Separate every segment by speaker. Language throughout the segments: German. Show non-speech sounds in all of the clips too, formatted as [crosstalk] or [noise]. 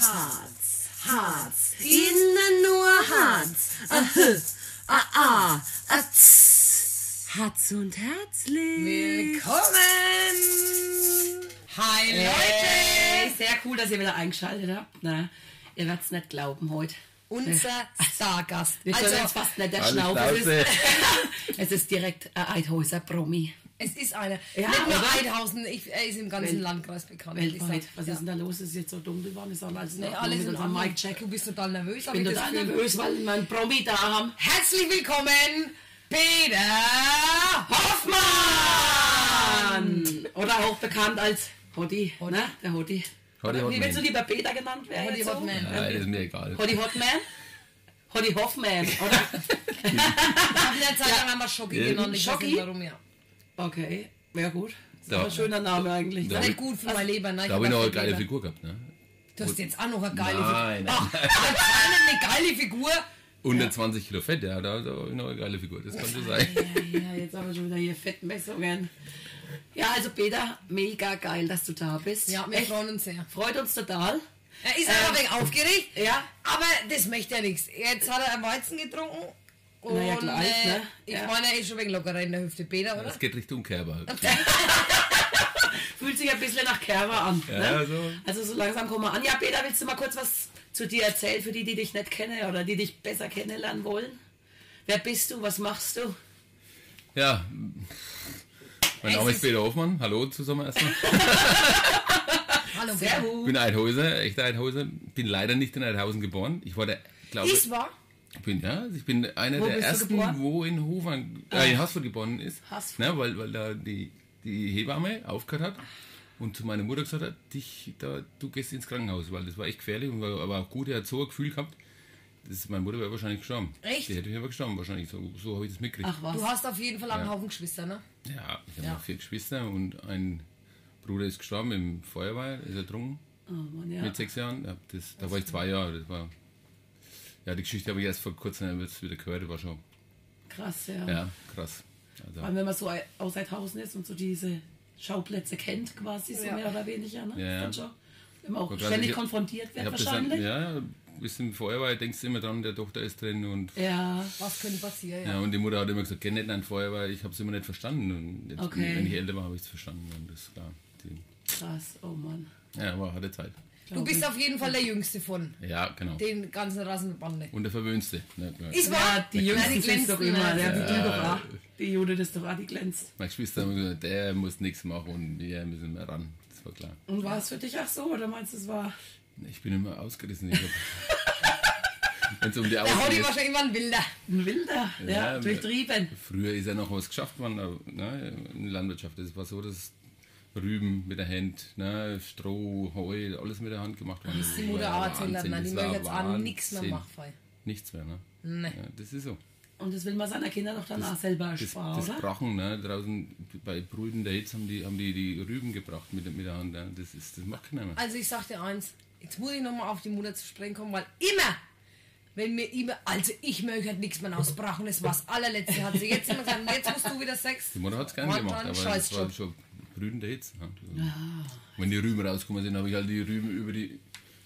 Speaker 1: Harz, Harz, innen nur Harz. Ahö, ah, ah, ah, tss. Harz und herzlich.
Speaker 2: Willkommen!
Speaker 1: Hi
Speaker 2: Hey, sehr cool, dass ihr wieder eingeschaltet habt. Na, ihr werdet es nicht glauben heute.
Speaker 1: Unser Stargast.
Speaker 2: Wir können uns
Speaker 1: Also,
Speaker 2: fast nicht der
Speaker 3: Alles
Speaker 2: Schnaufe.
Speaker 3: klar,
Speaker 2: Es [laughs]
Speaker 3: sehr.
Speaker 2: ist, es ist direkt ein Eidhäuser Promi.
Speaker 1: es ist einer.
Speaker 2: Ja,
Speaker 1: Nicht nur
Speaker 2: oder?
Speaker 1: Eidhausen, ich, er ist im ganzen
Speaker 2: Wel-
Speaker 1: Landkreis bekannt.
Speaker 2: Weltweit.
Speaker 1: Ich sag,
Speaker 2: Was
Speaker 1: halt- ja.
Speaker 2: ist denn da los? Es ist jetzt so dunkel geworden. Ist alles in
Speaker 1: Nee,
Speaker 2: Ordnung
Speaker 1: alles
Speaker 2: mit
Speaker 1: in
Speaker 2: unserem
Speaker 1: Ordnung.
Speaker 2: Mic-Check.
Speaker 1: Du bist total nervös. hab
Speaker 2: Ich bin
Speaker 1: das
Speaker 2: total
Speaker 1: Gefühl.
Speaker 2: nervös, weil wir einen Promi da haben.
Speaker 1: Herzlich willkommen, Peter Hoffmann!
Speaker 2: Oder auch bekannt als Hottie. Ne? Der Hottie.
Speaker 3: Hottie
Speaker 2: Wie willst du
Speaker 3: Hotman.
Speaker 2: lieber Peter genannt werden?
Speaker 1: Hottie
Speaker 2: jetzt so?
Speaker 1: Hotman.
Speaker 3: Nein, ist mir egal.
Speaker 2: Hottie Hotman? Hottie Hoffman,
Speaker 1: [laughs]
Speaker 2: oder?
Speaker 1: Ich habe in der Zeit lang einmal Schocki
Speaker 3: Ja.
Speaker 1: genannt. Ich weiß
Speaker 2: Schocki?
Speaker 1: nicht warum, ja.
Speaker 2: Okay, wäre gut. Das ist
Speaker 3: Ja.
Speaker 2: aber ein schöner Name eigentlich.
Speaker 3: Ja.
Speaker 2: ne?
Speaker 1: Nicht gut für mein Leben. Nein,
Speaker 3: Da habe
Speaker 1: hab
Speaker 3: ich noch eine
Speaker 1: das
Speaker 3: geile
Speaker 1: Leben.
Speaker 3: Figur gehabt, ne?
Speaker 1: Du hast jetzt auch noch eine geile Figur.
Speaker 3: Nein, nein. [laughs]
Speaker 1: Alter, eine geile Figur.
Speaker 3: Unter 20 Kilo Fett, ja, da, da habe ich noch eine geile Figur, das kann schon sein.
Speaker 2: Ja, jetzt haben wir schon wieder hier Fettmessungen. Ja, also Peter, mega geil, dass du da bist.
Speaker 1: Ja, wir
Speaker 2: Echt,
Speaker 1: freuen uns sehr.
Speaker 2: freut uns total.
Speaker 1: Er ist einfach ein wenig aufgeregt,
Speaker 2: Ja,
Speaker 1: aber das möchte er nichts. Jetzt hat er einen Weizen getrunken. Und
Speaker 2: Na ja, gleich,
Speaker 1: äh,
Speaker 2: ne?
Speaker 1: ich
Speaker 2: Ja.
Speaker 1: meine, er ist schon ein wenig lockerer in der Hüfte, Peter, oder?
Speaker 3: Das geht Richtung Kerber.
Speaker 2: fühlt sich ein bisschen nach Kerber an.
Speaker 3: Ja,
Speaker 2: ne?
Speaker 3: so.
Speaker 2: Also so langsam kommen wir an. Ja, Peter, willst du mal kurz was zu dir erzählen, für die, die dich nicht kennen oder die dich besser kennenlernen wollen? Wer bist du? Was machst du?
Speaker 3: Ja, mein Name
Speaker 1: Es
Speaker 3: ist
Speaker 1: ist-
Speaker 3: Peter Hofmann, hallo zusammen erstmal.
Speaker 1: [laughs] Hallo, Peter.
Speaker 3: Ich
Speaker 2: Servus.
Speaker 3: bin Eidhäuser, echter Eidhäuser, bin leider nicht in Eidhausen geboren. Ich war der, glaube
Speaker 1: Ist wahr?
Speaker 3: Ich bin, ja, also ich bin einer
Speaker 2: Wo
Speaker 3: der
Speaker 2: bist du
Speaker 3: ersten,
Speaker 2: geboren? Ah.
Speaker 3: wo in Hofern, äh, in Haßfurt geboren ist.
Speaker 2: Haßfurt.
Speaker 3: Ne, weil, weil da die, die Hebamme aufgehört hat und zu meiner Mutter gesagt hat, dich, da, du gehst ins Krankenhaus, weil das war echt gefährlich und war, aber auch gut, er hat so ein Gefühl gehabt, das, meine Mutter wäre wahrscheinlich gestorben.
Speaker 1: Echt?
Speaker 3: Die hätte aber gestorben wahrscheinlich, so, so habe ich das mitgekriegt.
Speaker 2: Ach was.
Speaker 1: Du hast auf jeden Fall einen Haufen Geschwister, ne?
Speaker 3: Ja, ich habe
Speaker 1: Ja.
Speaker 3: noch vier Geschwister und ein Bruder ist gestorben im Feuerwehr, ist ertrunken
Speaker 2: oh Mann, ja.
Speaker 3: mit sechs Jahren. Ja, das, da war ich zwei Jahre, das war... Ja, die Geschichte habe ich erst vor kurzem jetzt wieder gehört, war schon...
Speaker 2: Krass, ja.
Speaker 3: Ja, krass. Also,
Speaker 2: Vor allem, wenn man so aus Eidhausen ist und so diese Schauplätze kennt, quasi, so
Speaker 1: Ja.
Speaker 2: mehr oder weniger. Ne?
Speaker 3: Ja, ja.
Speaker 2: Dann schon. Wenn man auch
Speaker 3: Und
Speaker 2: ständig
Speaker 3: ich-
Speaker 2: konfrontiert
Speaker 3: Ich
Speaker 2: wird,
Speaker 3: hab das dann,
Speaker 2: wahrscheinlich.
Speaker 3: ja, bist im Feuerwehr, denkst immer dran, der Tochter ist drin und
Speaker 2: ja.
Speaker 1: Was könnte passieren, ja.
Speaker 3: ja, und die Mutter hat immer gesagt, geh nicht an Feuerwehr, ich habe es immer nicht verstanden. Und jetzt,
Speaker 2: Okay.
Speaker 3: wenn ich älter war, habe ich es verstanden und das klar. Die,
Speaker 2: krass. Oh Mann.
Speaker 3: ja, war eine harte Zeit.
Speaker 1: Du bist auf jeden Fall der Jüngste von
Speaker 3: Ja, genau.
Speaker 1: den ganzen Rassenbande.
Speaker 3: Und der Verwöhnste. Ne, ja.
Speaker 1: Ist wahr?
Speaker 2: Ja, die Jüngsten
Speaker 1: glänzen,
Speaker 2: sind doch immer,
Speaker 1: ne?
Speaker 2: ja, die, tun doch auch. die Jude das doch auch, die glänzt.
Speaker 3: Meine Geschwister haben gesagt, der muss nichts machen und wir müssen mehr ran. Das war klar.
Speaker 2: Und war es für dich auch so, oder meinst du, es war...
Speaker 3: Ich bin immer ausgerissen. Ich Wenn es um die
Speaker 1: Der
Speaker 3: Außen
Speaker 1: Hottie war
Speaker 3: geht.
Speaker 1: schon immer ein Wilder.
Speaker 2: Ein Wilder, ja,
Speaker 3: Ja,
Speaker 2: durchtrieben.
Speaker 3: Früher ist ja noch was geschafft worden aber, ne, in der Landwirtschaft. Es war so, dass Rüben mit der Hand, ne, Stroh, Heu, alles mit der Hand gemacht worden.
Speaker 1: Die Mutter auch erzählt hat, nein, die möchte jetzt auch nichts mehr machen. voll.
Speaker 3: Nichts mehr, ne?
Speaker 1: Nee.
Speaker 3: Ja, das ist so.
Speaker 2: Und das will man seiner Kinder doch dann auch selber
Speaker 3: Das,
Speaker 2: ersparen,
Speaker 3: das
Speaker 2: oder?
Speaker 3: Brachen, ne? Draußen bei brütender Hitze haben die, haben die, die Rüben gebracht mit, der- mit der Hand. Ne? Das, ist, das macht keiner mehr.
Speaker 1: Also ich sag dir eins, jetzt muss ich nochmal auf die Mutter zu sprechen kommen, weil immer, wenn mir immer, also ich möchte halt nichts mehr ausbrachen, das war das allerletzte, hat sie jetzt immer gesagt, und jetzt musst du wieder Sex.
Speaker 3: Die Mutter hat es gerne
Speaker 1: Mann,
Speaker 3: gemacht,
Speaker 1: Mann,
Speaker 3: aber
Speaker 1: scheiß
Speaker 3: es war
Speaker 1: Job.
Speaker 3: schon brütender Hitze. Ne? Also, Wenn die Rüben rausgekommen sind, habe ich halt die Rüben über, die,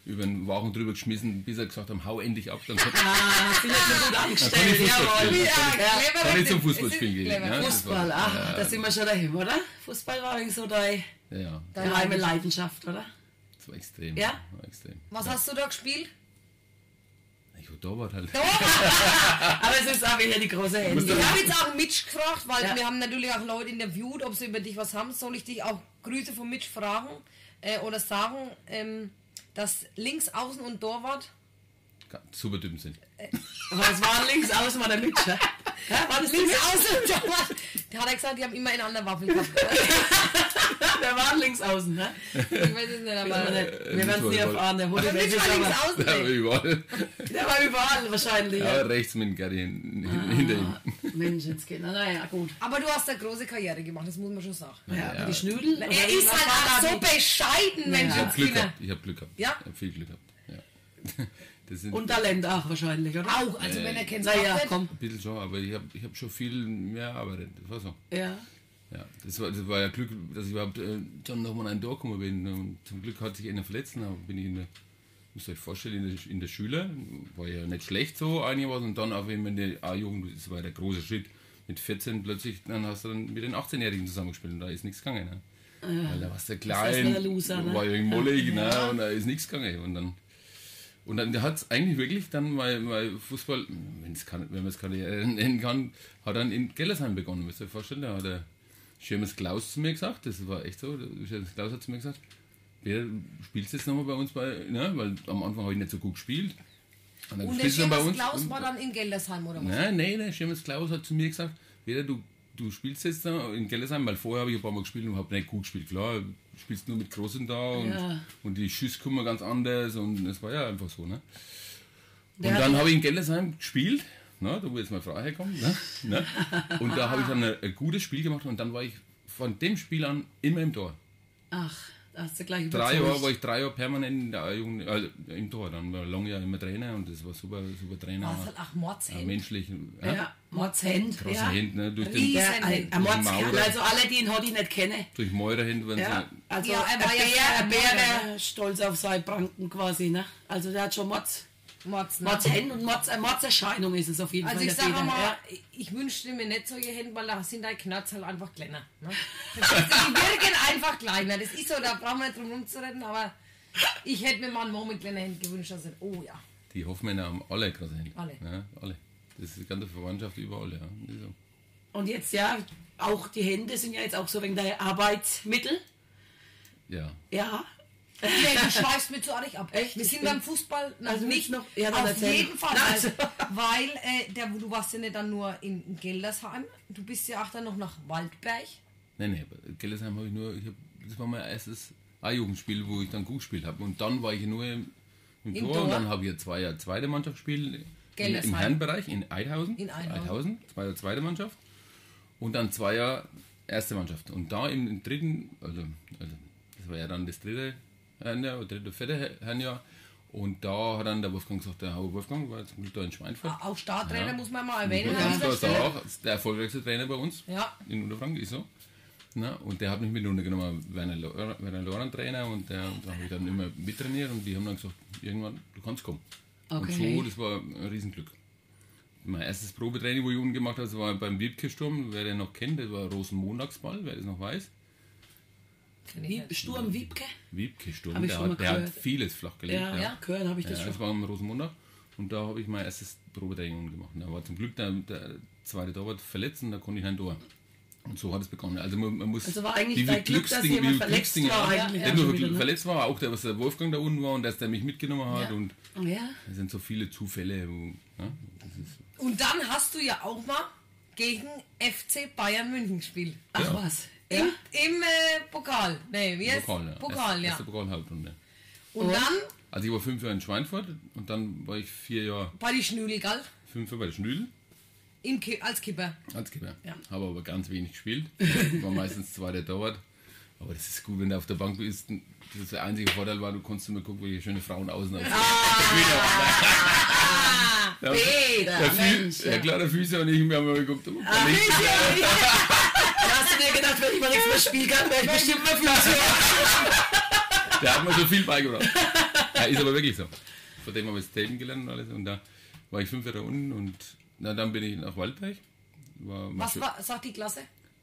Speaker 3: über den Wagen drüber geschmissen, bis er gesagt hat, hau endlich ab. Dann hat
Speaker 2: Ich bin jetzt so gut
Speaker 3: kann ich
Speaker 2: angestellt,
Speaker 3: Fußball
Speaker 2: jawohl.
Speaker 3: spielen.
Speaker 1: Ja, clever.
Speaker 3: Kann ich zum
Speaker 1: das ist
Speaker 3: Fußballspiel gehen,
Speaker 1: clever.
Speaker 3: ja? Das
Speaker 1: Fuß-
Speaker 2: Fußball, ach, da sind wir schon daheim, oder? Fußball war eigentlich so deine
Speaker 3: Ja,
Speaker 1: Da-
Speaker 2: geheime Leidenschaft, oder?
Speaker 3: das war extrem.
Speaker 2: Ja?
Speaker 3: War extrem.
Speaker 1: Was hast du da gespielt?
Speaker 3: Ich war Torwart halt.
Speaker 2: Aber es ist aber hier die große Handy.
Speaker 1: Ich habe jetzt auch Mitch gefragt, weil
Speaker 2: Ja.
Speaker 1: wir haben natürlich auch Leute interviewt, ob sie über dich was haben. Soll ich dich auch Grüße von Mitch fragen äh, oder sagen, ähm, dass links außen und Torwart
Speaker 3: Ganz Super Typen sind.
Speaker 2: Aber es war links außen mal der Mitch, ne? Ja, war das links
Speaker 1: links außen und Torwart, da hat er gesagt, die haben immer einen anderen Waffel gehabt.
Speaker 3: [laughs]
Speaker 2: Der war links außen, ne?
Speaker 1: Ich weiß es nicht,
Speaker 2: Aber
Speaker 1: aber
Speaker 2: nicht. Wir werden es nie
Speaker 3: äh, Mitch war-
Speaker 2: erfahren. Der Hund
Speaker 1: der Mitch war links
Speaker 3: [laughs]
Speaker 2: aber,
Speaker 1: außen.
Speaker 3: Ja,
Speaker 1: ey.
Speaker 3: überall.
Speaker 2: der war überall wahrscheinlich.
Speaker 3: Aber rechts mit dem Gary hin, hin, hinter ihm.
Speaker 2: Mensch, jetzt geht. Na, naja, gut.
Speaker 1: Aber du hast eine große Karriere gemacht, das muss man schon sagen.
Speaker 2: Ja,
Speaker 3: Ja.
Speaker 2: aber die Schnüdel.
Speaker 1: Er ist halt auch so bescheiden, Mensch.
Speaker 3: Ich habe Glück
Speaker 1: Kinder.
Speaker 3: gehabt. Ich habe Glück gehabt.
Speaker 1: Ja?
Speaker 3: Ich habe viel Glück gehabt. Ja. [laughs] Das sind
Speaker 2: Und Talent auch wahrscheinlich, oder?
Speaker 1: Auch, also wenn er kennt,
Speaker 2: Naja, komm.
Speaker 3: ein bisschen schon, aber ich habe ich hab schon viel mehr gearbeitet. Das war so.
Speaker 2: Ja.
Speaker 3: Ja, das war, das war ja Glück, dass ich überhaupt äh, dann nochmal ein Tor gekommen bin. Und zum Glück hat sich einer verletzt, dann bin ich in der Müsst ihr euch vorstellen, in der, in der Schule war ja nicht schlecht so einigermaßen und dann auf einmal in der A-Jugend, das war der große Schritt. Mit 14 plötzlich, dann hast du dann mit den 18-Jährigen zusammengespielt und da ist nichts gegangen. Ne? Weil da warst du
Speaker 2: Ah. heißt,
Speaker 3: klein,
Speaker 2: man der Loser, ne?
Speaker 3: war ja mollig ne? und da ist nichts gegangen. Und dann, und dann hat es eigentlich wirklich dann, weil, weil Fußball, wenn's kann, wenn man es Karriere nennen kann, hat dann in Gellersheim begonnen, müsst ihr euch vorstellen. Da hat der Schirmes Klaus zu mir gesagt, das war echt so, der Schirmes Klaus hat zu mir gesagt, Peter, du spielst jetzt nochmal bei uns, bei, ne? weil am Anfang habe ich nicht so gut gespielt. Und dann
Speaker 1: Und der
Speaker 3: spielst du dann
Speaker 1: Schirmes Klaus
Speaker 3: und-
Speaker 1: war dann in Geldersheim oder was?
Speaker 3: Nein, nein, nein, Schirmes Klaus hat zu mir gesagt, Peter, du, du spielst jetzt da in Gellersheim, weil vorher habe ich ein paar Mal gespielt und habe nicht gut gespielt. Klar, du spielst nur mit Großen da und,
Speaker 2: Ja.
Speaker 3: und die Schüsse kommen ganz anders und es war ja einfach so, ne? Und
Speaker 2: Der hat-
Speaker 3: dann habe ich in Gellersheim gespielt, ne, da wo jetzt meine Frau herkommt, ne, ne? Und da habe ich dann ein, ein gutes Spiel gemacht und dann war ich von dem Spiel an immer im Tor.
Speaker 2: Ach, da hast du gleich
Speaker 3: Drei
Speaker 2: überzeugt.
Speaker 3: Jahre war ich drei Jahre permanent in der Jugend, also im Tor, dann war Long ja immer Trainer und das war super, super Trainer.
Speaker 1: War es halt auch
Speaker 3: ja,
Speaker 1: Mordsheld.
Speaker 3: menschlich. ja.
Speaker 2: Ja, Mordshend.
Speaker 3: Große
Speaker 2: Ja. äh,
Speaker 3: Hände, ne? durch,
Speaker 1: Riesen-
Speaker 3: den,
Speaker 2: Ja, ein, ein Mordshend.
Speaker 3: Maurer.
Speaker 2: Also alle, die ihn heute nicht kennen.
Speaker 3: durch Mäurerhände, wenn
Speaker 2: Ja,
Speaker 3: sie.
Speaker 2: also
Speaker 1: Ja,
Speaker 2: ein
Speaker 1: er war ja
Speaker 2: Bär,
Speaker 1: schon ne?
Speaker 2: ein
Speaker 1: ein
Speaker 2: Bär
Speaker 1: Mörder,
Speaker 2: wär stolz auf seine Pranken quasi, ne? Also der hat schon Mords,
Speaker 1: Mords, ne?
Speaker 2: Mordshänd und Mords, eine Mordserscheinung ist es auf jeden
Speaker 1: Also
Speaker 2: Fall.
Speaker 1: ich
Speaker 2: der
Speaker 1: sage
Speaker 2: Peter,
Speaker 1: mal,
Speaker 2: ja.
Speaker 1: ich wünschte mir nicht solche Hände, weil da sind deine Knötze halt einfach kleiner. Ne? Verstehst du? Die wirken einfach kleiner. Das ist so, da brauchen wir nicht drum rumzureden, aber ich hätte mir mal einen Moment kleiner Hände gewünscht. Also, oh ja.
Speaker 3: Die Hoffmänner haben alle krasse Hände.
Speaker 1: Alle.
Speaker 3: Ja, alle. Das ist die ganze Verwandtschaft überall, ja. Das ist so.
Speaker 2: Und jetzt ja, auch die Hände sind ja jetzt auch so wegen der Arbeitsmittel.
Speaker 3: Ja.
Speaker 2: Ja,
Speaker 1: Ja, du schweifst mir zu arg ab.
Speaker 2: Echt?
Speaker 1: Wir
Speaker 2: Ich
Speaker 1: sind
Speaker 2: bin-
Speaker 1: beim Fußball noch
Speaker 2: Also
Speaker 1: nicht.
Speaker 2: noch- ja, dann
Speaker 1: auf
Speaker 2: erzähl.
Speaker 1: jeden Fall.
Speaker 2: Nein.
Speaker 1: Also, weil äh, der, du warst ja nicht dann nur in in Geldersheim. Du bist ja auch dann noch nach Waldberg.
Speaker 3: Nein, nein, aber Gellersheim habe ich nur. Ich hab, das war mein erstes A-Jugendspiel, wo ich dann gut gespielt habe. Und dann war ich nur im, im,
Speaker 1: Im
Speaker 3: Tor,
Speaker 1: Tor.
Speaker 3: und dann habe ich ja zwei Jahre zweite Mannschaft gespielt. In,
Speaker 1: Gellersheim.
Speaker 3: Im Herrenbereich in Eidhausen.
Speaker 1: In Eidhausen.
Speaker 3: zwei Jahre zweite Mannschaft. Und dann zwei Jahre erste Mannschaft. Und da im, im dritten, also, also das war ja dann das dritte Herrenjahr, oder dritte, vierte Her- Herrenjahr. Und da hat dann der Wolfgang gesagt, der Hauer Wolfgang war jetzt gut da in Schweinfurt.
Speaker 1: Auch Starttrainer
Speaker 3: Ja.
Speaker 1: muss man mal erwähnen. an dieser
Speaker 3: Ganz klar, ist
Speaker 1: Stelle.
Speaker 3: er auch der erfolgreichste Trainer bei uns
Speaker 1: Ja.
Speaker 3: in Unterfranken, ist so. Na, und der hat mich mit runtergenommen, Werner Lor- Werner Loran Trainer und der und da habe ich dann immer mittrainiert und die haben dann gesagt, irgendwann, du kannst kommen.
Speaker 2: Okay.
Speaker 3: Und so, das war ein Riesenglück. Mein erstes Probetraining, wo ich unten gemacht habe, das war beim Wiebke-Sturm, wer den noch kennt, das war Rosenmontagsball, wer das noch weiß.
Speaker 2: Wieb, Sturm Wiebke. Hab
Speaker 3: Wiebke-Sturm,
Speaker 2: ich
Speaker 3: der,
Speaker 2: schon mal
Speaker 3: hat, der hat
Speaker 2: gehört.
Speaker 3: vieles flach gelegt.
Speaker 2: Ja, ja. gehört habe ich das
Speaker 3: Ja,
Speaker 2: schon.
Speaker 3: das war am Rosenmontag und da habe ich mein erstes Probetraining gemacht. Da war zum Glück der, der zweite Torwart verletzt und da konnte ich ein Tor. Und so hat es begonnen. Also man, man muss
Speaker 2: Also war eigentlich
Speaker 3: wie viel
Speaker 2: dein Glück, dass
Speaker 3: Glücksdinge- wie
Speaker 2: jemand
Speaker 3: viel
Speaker 2: verletzt
Speaker 3: Glücksdinge-
Speaker 2: war
Speaker 3: Ja,
Speaker 2: eigentlich
Speaker 3: Nicht
Speaker 2: schon
Speaker 3: nur
Speaker 2: wieder, ne?
Speaker 3: verletzt war, auch der, was der Wolfgang da unten war und dass der mich mitgenommen hat
Speaker 1: Ja.
Speaker 3: und
Speaker 2: Ja,
Speaker 3: es sind so viele Zufälle. Wo, ja, das ist,
Speaker 1: Und dann hast du ja auch mal gegen FC Bayern München gespielt.
Speaker 2: ach
Speaker 3: Ja.
Speaker 2: was. Ja.
Speaker 1: Im, im äh, Pokal. Nee, wie heißt
Speaker 3: Pokal, ja.
Speaker 1: Pokal,
Speaker 3: Erst-
Speaker 1: ja.
Speaker 3: Erste Pokalhalbrunde.
Speaker 1: Und dann
Speaker 3: Also ich war fünf Jahre in Schweinfurt und dann war ich vier Jahre,
Speaker 1: bei die Schnüli, gell?
Speaker 3: fünf Jahre bei der Schnüdel.
Speaker 1: Im Ki als Kipper.
Speaker 3: Als Keeper.
Speaker 1: Ja.
Speaker 3: Habe aber ganz wenig gespielt. War meistens zwei, der dauert. Aber das ist gut, wenn du auf der Bank bist. Das ist der einzige Vorteil war, du konntest immer gucken, welche schöne Frauen außen auf Ja,
Speaker 1: Ah.
Speaker 2: Peter,
Speaker 3: der Physio-
Speaker 2: Mensch,
Speaker 3: ja. klar, der Physio und ich, wir haben immer geguckt. Oh, da liegt-
Speaker 2: Da hast du dir gedacht, wenn ich mal nichts mehr spielen kann, werde ich bestimmt mal Physio.
Speaker 3: Der hat mir schon viel beigebracht. Ja, ist aber wirklich so. Von dem habe ich das Tapen gelernt und alles. Und da war ich fünf Jahre unten und na, dann bin ich nach Waldberg. War mal
Speaker 1: Was
Speaker 3: schön.
Speaker 1: war, sagt die Klasse?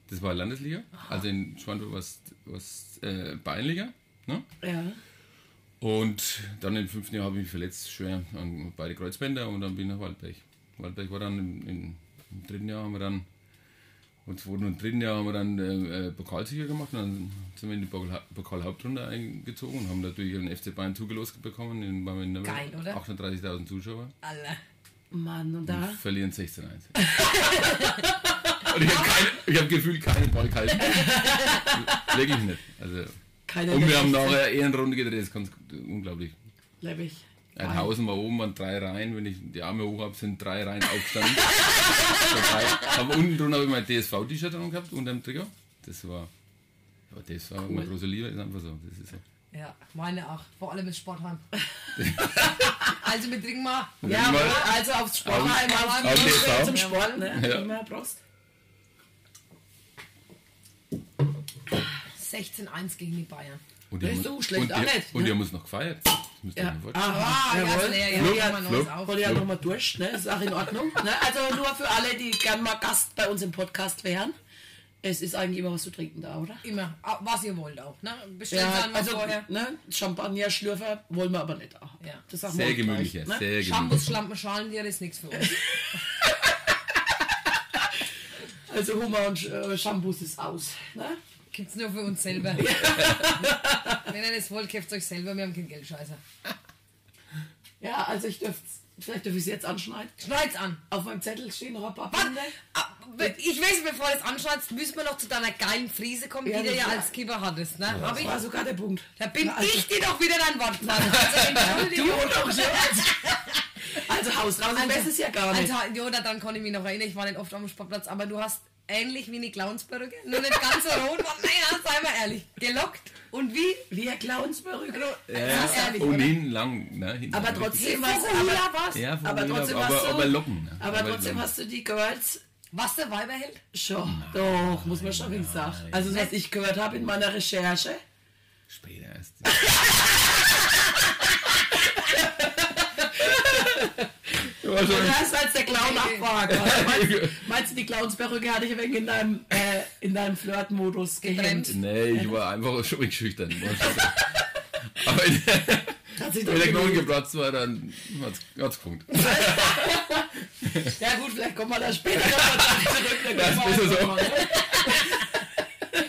Speaker 3: Das war Landesliga. Also in Schweinfurt war es- war es äh, Bayernliga. Ne?
Speaker 2: Ja.
Speaker 3: Und dann im fünften Jahr habe ich mich verletzt, schwer an beide Kreuzbänder und dann bin ich nach Waldberg. Waldberg war dann im, im, im dritten Jahr, haben wir dann, im zweiten und dritten Jahr haben wir dann äh, äh, Pokalsieger gemacht und dann sind wir in die Pokal- Pokalhauptrunde eingezogen und haben natürlich einen FC Bayern zugelost bekommen. In, waren wir in der-
Speaker 1: Geil, oder?
Speaker 3: 38.000 Zuschauer,
Speaker 1: Alle.
Speaker 2: Mann, und da.
Speaker 3: verlieren 16-1.
Speaker 1: [laughs]
Speaker 3: und ich habe kein- ich habe gefühlt keinen Ball gehalten. Wirklich nicht. Also,
Speaker 2: Keiner
Speaker 3: und
Speaker 2: der
Speaker 3: wir haben
Speaker 2: Beste.
Speaker 3: nachher Ehrenrunde gedreht, das ist ganz unglaublich.
Speaker 2: Leibig.
Speaker 3: Ein Hausen war oben, waren drei Reihen. Wenn ich die Arme hoch habe, sind drei Reihen aufgestanden. [laughs] Dabei. Aber unten drunter habe ich mein DSV-T-Shirt dran gehabt, unter dem Trigger. Das war, ja, das war meine große Liebe, ist einfach so. Das ist so.
Speaker 1: Ja, meine auch. Vor allem im
Speaker 2: [laughs]
Speaker 1: Sportheim. also wir trinken mal.
Speaker 2: Ja,
Speaker 3: Mal-
Speaker 2: also aufs Sportheim,
Speaker 1: Auf-
Speaker 2: auf,
Speaker 1: auf
Speaker 3: TV.
Speaker 2: zum Sport, ne?
Speaker 3: Ja.
Speaker 2: Immer Prost.
Speaker 1: 16-1 gegen die Bayern.
Speaker 3: Und die
Speaker 2: Das ist
Speaker 3: haben-
Speaker 2: so schlecht
Speaker 3: und
Speaker 2: auch
Speaker 3: die,
Speaker 2: nicht,
Speaker 3: Und
Speaker 2: ne?
Speaker 3: die haben uns noch gefeiert. Das müsst ihr
Speaker 2: Ja.
Speaker 3: mal vorstellen.
Speaker 2: Ah,
Speaker 1: Ah, ja,
Speaker 2: jawohl.
Speaker 1: ist leer, ja,
Speaker 3: Flup,
Speaker 1: ja, man
Speaker 3: flup.
Speaker 1: uns auf.
Speaker 2: Wollte ja nochmal durch, ne? Ist auch in Ordnung. Ne? Also nur für alle, die gern mal Gast bei uns im Podcast wären. Es ist eigentlich immer was zu trinken da, oder?
Speaker 1: Immer, ah, was ihr wollt auch, ne? Bestellt ja,
Speaker 2: Ja,
Speaker 1: dann mal
Speaker 2: also
Speaker 1: vorher.
Speaker 2: ne? Champagner, Schlürfer wollen wir aber nicht auch.
Speaker 1: Ja.
Speaker 2: Das sagen wir uns
Speaker 3: Sehr
Speaker 2: gleich,
Speaker 3: gemütlich, ja,
Speaker 2: ne?
Speaker 3: sehr gemütlich.
Speaker 1: Schambus, Schlampen, Schalen, dir ist nichts für uns.
Speaker 2: Also Hummer und äh, Shampoos ist aus. Ne?
Speaker 1: Gibt's nur für uns selber. [laughs] Wenn ihr das wollt, kauft euch selber, wir haben kein Geld, scheiße.
Speaker 2: Ja, also ich dürfte vielleicht dürfte ich es jetzt anschneiden.
Speaker 1: Schneid's an.
Speaker 2: Auf meinem Zettel stehen
Speaker 1: Was?
Speaker 2: Rhabarberpinde.
Speaker 1: Ah, Ich weiß, bevor du es anschneidest, müssen wir noch zu deiner geilen Friese kommen,
Speaker 2: Ja,
Speaker 1: die du
Speaker 2: das
Speaker 1: ja
Speaker 2: war-
Speaker 1: als Keeper hattest, ne? Hab
Speaker 2: Das
Speaker 1: ich?
Speaker 2: war sogar
Speaker 1: [laughs]
Speaker 2: der Punkt.
Speaker 1: Da bin
Speaker 2: Na, also-
Speaker 1: ich dir doch wieder dein Wort gefallen. Also,
Speaker 2: Du
Speaker 1: Entschuldigung.
Speaker 2: und auch so.
Speaker 1: [laughs]
Speaker 2: Also Haus raus, ich weiß es ja gar nicht.
Speaker 1: Alter, Joda, Also, dann konnte ich mich noch erinnern, ich war nicht oft am Sportplatz, aber du hast ähnlich wie eine Clownsperücke, nur nicht ganz so rot, aber naja, sei mal ehrlich, gelockt und wie?
Speaker 2: Wir Clownsberüge.
Speaker 3: Ja,
Speaker 1: Ganz ehrlich,
Speaker 3: und
Speaker 1: oder?
Speaker 3: hinten lang. Ne, hinten
Speaker 2: Aber
Speaker 3: lang.
Speaker 2: trotzdem
Speaker 1: Wie
Speaker 2: warst
Speaker 1: Fukuhila
Speaker 2: aber,
Speaker 1: war's?
Speaker 3: Ja, von
Speaker 2: aber
Speaker 3: mir,
Speaker 2: trotzdem
Speaker 3: aber,
Speaker 2: warst du,
Speaker 3: aber locken. Ne?
Speaker 2: aber trotzdem
Speaker 3: locken.
Speaker 2: hast du die Girls
Speaker 1: Was der Weiber hält?
Speaker 2: schon. Doch, muss man schon richtig sagen. Also was ich gehört habe in meiner Recherche.
Speaker 3: Später erst. [laughs]
Speaker 2: [laughs]
Speaker 3: Du warst schon-
Speaker 2: Das als der Clown
Speaker 1: Nee.
Speaker 2: abfragt.
Speaker 3: [laughs]
Speaker 2: Meinst, du- meinst du, die Clownsperücke hatte ich wegen in deinem, äh, in deinem Flirtmodus gehemmt?
Speaker 3: Nee, ich war einfach [laughs] schon ein schüchtern. Aber in-
Speaker 2: Hat sich doch [laughs]
Speaker 3: wenn der Knochen
Speaker 2: gelohnt.
Speaker 3: geplatzt war, dann hat's, hat's gefunkt.
Speaker 2: Ja gut, vielleicht kommen wir da [laughs] später nochmal zurück. dann
Speaker 3: Das
Speaker 2: können wir
Speaker 3: ist
Speaker 2: einfach
Speaker 3: so.
Speaker 2: mal, ne?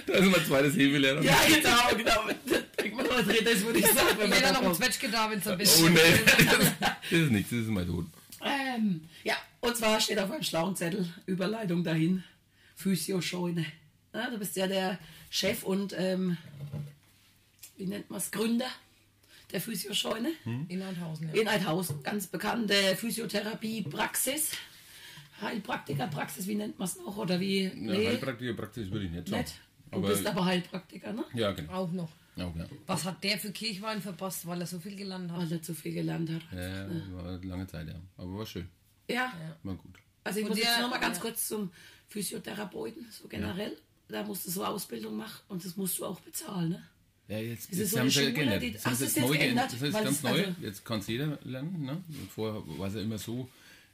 Speaker 3: Da ist mein zweites Hebelehrer.
Speaker 2: Ja, genau, genau. Ich mach mal drin, Das würde ich sagen, wenn
Speaker 1: Ich hätte
Speaker 2: wir da
Speaker 1: noch ein
Speaker 2: kommen.
Speaker 1: Zwetschge da, wenn's ein [laughs]
Speaker 3: Oh
Speaker 1: bisschen...
Speaker 3: nee, [laughs] das, das ist nichts, das ist mein Tod.
Speaker 2: Ähm, ja, und zwar steht auf meinem schlauen Zettel Überleitung dahin. Physioscheune. Ja, du bist ja der Chef und, ähm, wie nennt man es, Gründer der Physioscheune.
Speaker 1: In Landhausen, ja.
Speaker 2: In Althausen, ganz bekannte Physiotherapie-Praxis. Heilpraktiker-Praxis, wie nennt man es noch? Oder wie?
Speaker 3: Ja,
Speaker 2: nee,
Speaker 3: Heilpraktiker praktisch würde ich nicht sagen.
Speaker 2: nicht. Du
Speaker 3: Aber,
Speaker 2: bist Oh. aber Heilpraktiker, ne?
Speaker 3: ja, genau.
Speaker 1: Auch noch.
Speaker 3: Auch, ja.
Speaker 1: Was hat der für Kirchwein verpasst, weil er so viel gelandet hat?
Speaker 2: Weil er zu viel gelernt hat.
Speaker 3: Ja, ja, war lange Zeit, ja. Aber war schön.
Speaker 2: Ja,
Speaker 3: War gut.
Speaker 2: also ich
Speaker 1: Und
Speaker 2: muss jetzt
Speaker 1: der-
Speaker 2: noch mal ganz
Speaker 1: ja.
Speaker 2: kurz zum Physiotherapeuten, so generell. Da musst du so Ausbildung machen und das musst du auch bezahlen, ne?
Speaker 3: Ja, jetzt,
Speaker 2: Das ist
Speaker 3: jetzt
Speaker 2: so eine
Speaker 3: haben sie
Speaker 2: Schule,
Speaker 3: geändert.
Speaker 2: die-
Speaker 3: Das
Speaker 2: Ach,
Speaker 3: haben sie
Speaker 2: das
Speaker 3: jetzt
Speaker 2: ist
Speaker 3: neu
Speaker 2: jetzt
Speaker 3: geändert.
Speaker 2: geändert,
Speaker 3: Das ist
Speaker 2: weil
Speaker 3: ganz
Speaker 2: es-
Speaker 3: neu.
Speaker 2: also-
Speaker 3: Jetzt kann es jeder lernen. Ne? Und vorher war es ja immer so,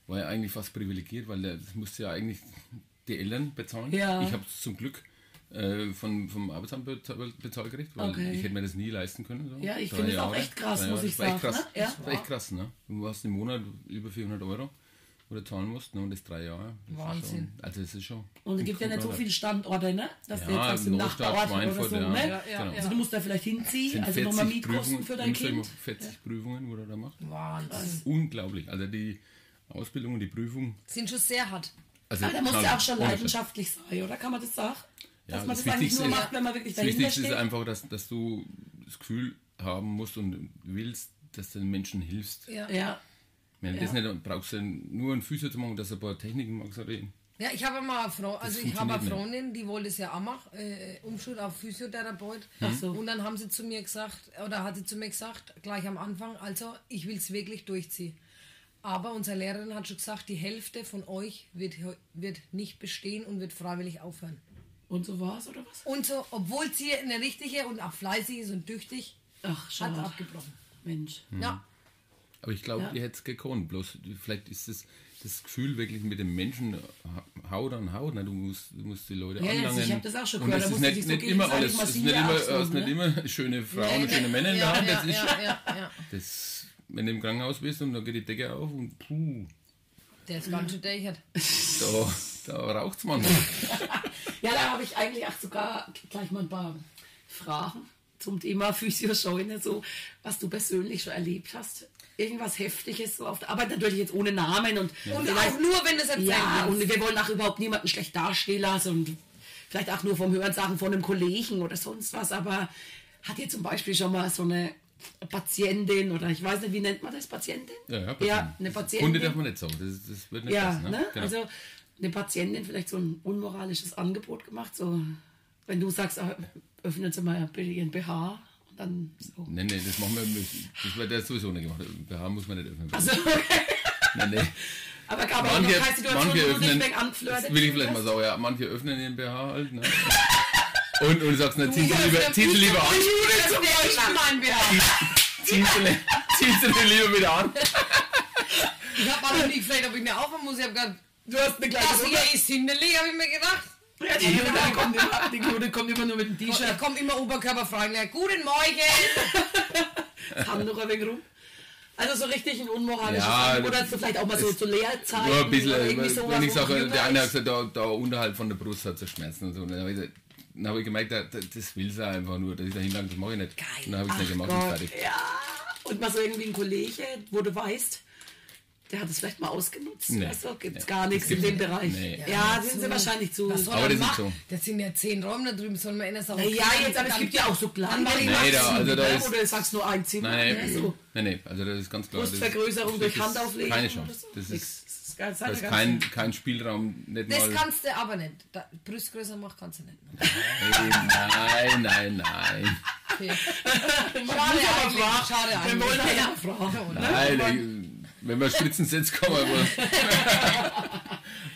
Speaker 3: war ja eigentlich fast privilegiert, weil der- das musste ja eigentlich die Eltern bezahlen.
Speaker 2: Ja.
Speaker 3: Ich habe es zum Glück äh, von, vom Arbeitsamt bezahlt, bezahlt gekriegt, weil
Speaker 2: Okay.
Speaker 3: ich hätte mir das nie leisten können. So.
Speaker 2: Ja, ich
Speaker 3: Drei
Speaker 2: finde es auch
Speaker 3: Jahre,
Speaker 2: echt krass,
Speaker 3: drei
Speaker 2: muss
Speaker 3: Jahre,
Speaker 2: ich
Speaker 3: das war echt
Speaker 2: sagen,
Speaker 3: Krass.
Speaker 2: ne? Ja.
Speaker 3: Das war echt krass. Ne? Du hast im Monat über 400 Euro, wo du zahlen musst, ne? und das drei Jahre. Das ist
Speaker 1: Wahnsinn.
Speaker 3: Schon, also das ist schon...
Speaker 2: Und es gibt ja nicht so viele Standorte, ne? Dass du jetzt
Speaker 3: ja,
Speaker 2: sagst, im
Speaker 3: Neustadt,
Speaker 2: Nachbarort oder
Speaker 3: Schweinfurt,
Speaker 2: so,
Speaker 3: ja.
Speaker 2: ne?
Speaker 1: ja,
Speaker 3: genau.
Speaker 1: ja.
Speaker 2: Also du musst da vielleicht hinziehen,
Speaker 3: Sind
Speaker 2: also nochmal
Speaker 3: 40
Speaker 2: Mietkosten
Speaker 3: Prüfungen,
Speaker 2: für dein
Speaker 3: ich sag mal,
Speaker 2: Kind.
Speaker 3: 40 Prüfungen, wo er da macht.
Speaker 1: Wahnsinn.
Speaker 3: Unglaublich. Also die Ausbildung und die Prüfung.
Speaker 1: Sind schon sehr hart.
Speaker 3: Also
Speaker 2: Aber Ah, da musst du
Speaker 3: knallhart.
Speaker 2: auch schon
Speaker 3: Ohne
Speaker 2: leidenschaftlich sein, oder? Kann man das sagen?
Speaker 3: Ja,
Speaker 2: Dass man
Speaker 3: das
Speaker 2: das, eigentlich
Speaker 3: Wichtigste
Speaker 2: nur
Speaker 3: ist-
Speaker 2: macht, wenn man wirklich
Speaker 3: Scheiß. Das
Speaker 2: dahinter
Speaker 3: Wichtigste ist
Speaker 2: steht.
Speaker 3: einfach, dass, dass du das Gefühl haben musst und willst, dass du den Menschen hilfst.
Speaker 1: Ja.
Speaker 2: Ja,
Speaker 3: Wenn du das nicht brauchst, du nur ein Physio zu machen, dass du ein paar Techniken magst. oder eben.
Speaker 1: Ja, ich habe mal eine Frau, also ich habe
Speaker 3: funktioniert
Speaker 1: eine Freundin, die wollte es ja auch machen, äh, Umschul auf Physiotherapeut.
Speaker 2: Ach so.
Speaker 1: Und dann haben sie zu mir gesagt, oder hat sie zu mir gesagt, gleich am Anfang, also ich will es wirklich durchziehen. Aber unsere Lehrerin hat schon gesagt, die Hälfte von euch wird, heu- wird nicht bestehen und wird freiwillig aufhören.
Speaker 2: und so war's, oder was?
Speaker 1: Und so, obwohl sie eine richtige und auch fleißig ist und tüchtig,
Speaker 2: Ach,
Speaker 1: hat
Speaker 2: schade.
Speaker 1: abgebrochen.
Speaker 2: Mensch.
Speaker 1: Ja,
Speaker 3: Aber ich glaube,
Speaker 2: Ja.
Speaker 3: ihr hättet es gekonnt. Bloß vielleicht ist das, das Gefühl wirklich mit dem Menschen ha- Haut an Haut. Ne? Du, musst, du musst die Leute
Speaker 2: Ja, ja,
Speaker 3: anlangen.
Speaker 2: ich hab das auch schon
Speaker 3: Und
Speaker 2: gehört. Da
Speaker 3: es ist
Speaker 2: musst du
Speaker 3: nicht,
Speaker 2: dich so
Speaker 3: nicht immer
Speaker 2: gegenseitig
Speaker 3: alles. Es ist nicht
Speaker 2: massieren,
Speaker 3: immer,
Speaker 2: ja, auch so,
Speaker 3: es ist nicht immer schöne Frauen und schöne Männer in der
Speaker 1: ja,
Speaker 3: Hand.
Speaker 1: ja,
Speaker 3: Das ist schon-
Speaker 1: ja, ja,
Speaker 2: [laughs]
Speaker 1: ja.
Speaker 3: Das, wenn du im Krankenhaus bist und da geht die Decke auf und puh,
Speaker 1: Der ist ganz schön dächert.
Speaker 3: da, da raucht es man.
Speaker 2: [laughs] Ja, da habe ich eigentlich auch sogar gleich mal ein paar Fragen
Speaker 1: Mhm.
Speaker 2: zum Thema Physioscheune, so was du persönlich schon erlebt hast. Irgendwas Heftiges so auf der Arbeit, natürlich jetzt ohne Namen und
Speaker 1: Und auch nur, wenn das erzählt
Speaker 2: ja,
Speaker 1: wird.
Speaker 2: und wir wollen auch überhaupt niemanden schlecht dastehen lassen und vielleicht auch nur vom Hören sagen von einem Kollegen oder sonst was, aber hat ihr zum Beispiel schon mal so eine Patientin oder ich weiß nicht, wie nennt man das, Patientin? eine Patientin.
Speaker 3: Kunde darf man nicht sagen, das, das wird nicht
Speaker 2: Ja,
Speaker 3: passen.
Speaker 2: ne?
Speaker 3: Genau.
Speaker 2: Also eine Patientin vielleicht so ein unmoralisches Angebot gemacht, so wenn du sagst, ah, öffnen Sie mal bitte Ihren BH und dann so.
Speaker 3: nee, nee, das machen wir nicht. Das wird ja sowieso nicht gemacht. BH muss man nicht öffnen.
Speaker 2: Also, [laughs] okay.
Speaker 3: Nein, nee.
Speaker 2: Aber gab auch noch keine Situation, wo du dich wegen
Speaker 3: das
Speaker 2: angeflirtet ne?
Speaker 3: will ich vielleicht mal
Speaker 2: hast?
Speaker 3: sagen, ja, manche öffnen den BH halt. Ne? Und, und du sagst, na, ziehst du lieber, ziehst du lieber an.
Speaker 1: zum Beispiel. Mein Bereich.
Speaker 3: Ziehst du, li- [laughs] ziehst du die lieber wieder an.
Speaker 1: Ich hab mal nicht gefragt, ob ich mir aufhören muss. Ich hab gedacht,
Speaker 2: Du hast eine kleine
Speaker 1: das
Speaker 2: Runde.
Speaker 1: hier ist hinderlich, hab ich mir gedacht.
Speaker 2: Ja, die Hilde kommt immer, die Hilde kommt immer nur mit dem
Speaker 1: Ich
Speaker 2: [laughs] T-Shirt,
Speaker 1: komm immer oberkörperfrei. Na, guten Morgen.
Speaker 2: haben noch ein wenig rum. Also so richtig ein unmoralisches
Speaker 3: Ja,
Speaker 2: Angebot,
Speaker 3: das
Speaker 2: oder so vielleicht auch mal so zu Leerzeiten
Speaker 3: Nur ein
Speaker 2: oder
Speaker 3: bisschen, äh,
Speaker 2: irgendwie sowas.
Speaker 3: wenn ich
Speaker 2: wo man
Speaker 3: sage,
Speaker 2: jünger
Speaker 3: der eine hat
Speaker 2: ist.
Speaker 3: gesagt, da, da unterhalb von der Brust hat sie Schmerzen und so. Und dann habe ich, gesagt- dann hab ich gemerkt, da, da, das will sie einfach nur, dass ich da hinlang, das mache ich nicht.
Speaker 1: Geil.
Speaker 3: Und dann habe ich es nicht gemacht und fertig.
Speaker 2: Ja, und mal so irgendwie ein Kollege, wo du weißt, der hat es vielleicht mal ausgenutzt.
Speaker 3: Nee.
Speaker 2: Also gibt's
Speaker 3: Nee.
Speaker 2: gar nichts
Speaker 3: Das
Speaker 2: in
Speaker 3: gibt's
Speaker 2: dem
Speaker 3: nicht.
Speaker 2: Bereich.
Speaker 3: Nee.
Speaker 2: [laughs] Ja, sind sie wahrscheinlich zu.
Speaker 1: Was soll
Speaker 3: Aber
Speaker 1: er
Speaker 3: das ist
Speaker 1: machen?
Speaker 3: so.
Speaker 1: Das sind ja zehn Räume da drüben, soll man einer sagen.
Speaker 2: Na ja, jetzt, aber es gibt ja auch so kleine.
Speaker 1: Dann war ich
Speaker 3: Nee,
Speaker 1: Maxi.
Speaker 3: da- also da
Speaker 2: Zimmer,
Speaker 3: ist-
Speaker 2: Oder du sagst nur ein Zimmer.
Speaker 3: Nein,
Speaker 2: ne,
Speaker 3: nein,
Speaker 2: so.
Speaker 3: nein, nein, also das ist ganz klar. das ist-
Speaker 2: Brustvergrößerung durch
Speaker 3: das ist
Speaker 2: Handauflegen.
Speaker 3: Keine
Speaker 2: oder
Speaker 3: Chance.
Speaker 2: so.
Speaker 3: Das
Speaker 2: Nix.
Speaker 3: ist,
Speaker 2: Das ist ganz-
Speaker 3: das
Speaker 2: ganz-
Speaker 3: ist kein, kein Spielraum, nicht
Speaker 1: Das
Speaker 3: mal.
Speaker 1: kannst du aber nicht. Da, Brust größer macht kannst du nicht.
Speaker 3: Nein, nein,
Speaker 2: [laughs]
Speaker 3: nein.
Speaker 1: Okay.
Speaker 2: Muss
Speaker 1: Schade
Speaker 2: aber
Speaker 1: eigentlich.
Speaker 2: fragen.
Speaker 1: Schade
Speaker 2: Wir
Speaker 1: eigentlich.
Speaker 2: wollen ja fragen.
Speaker 3: Nein, nein wenn wir Spritzen setzt, kann man wohl.
Speaker 2: [laughs]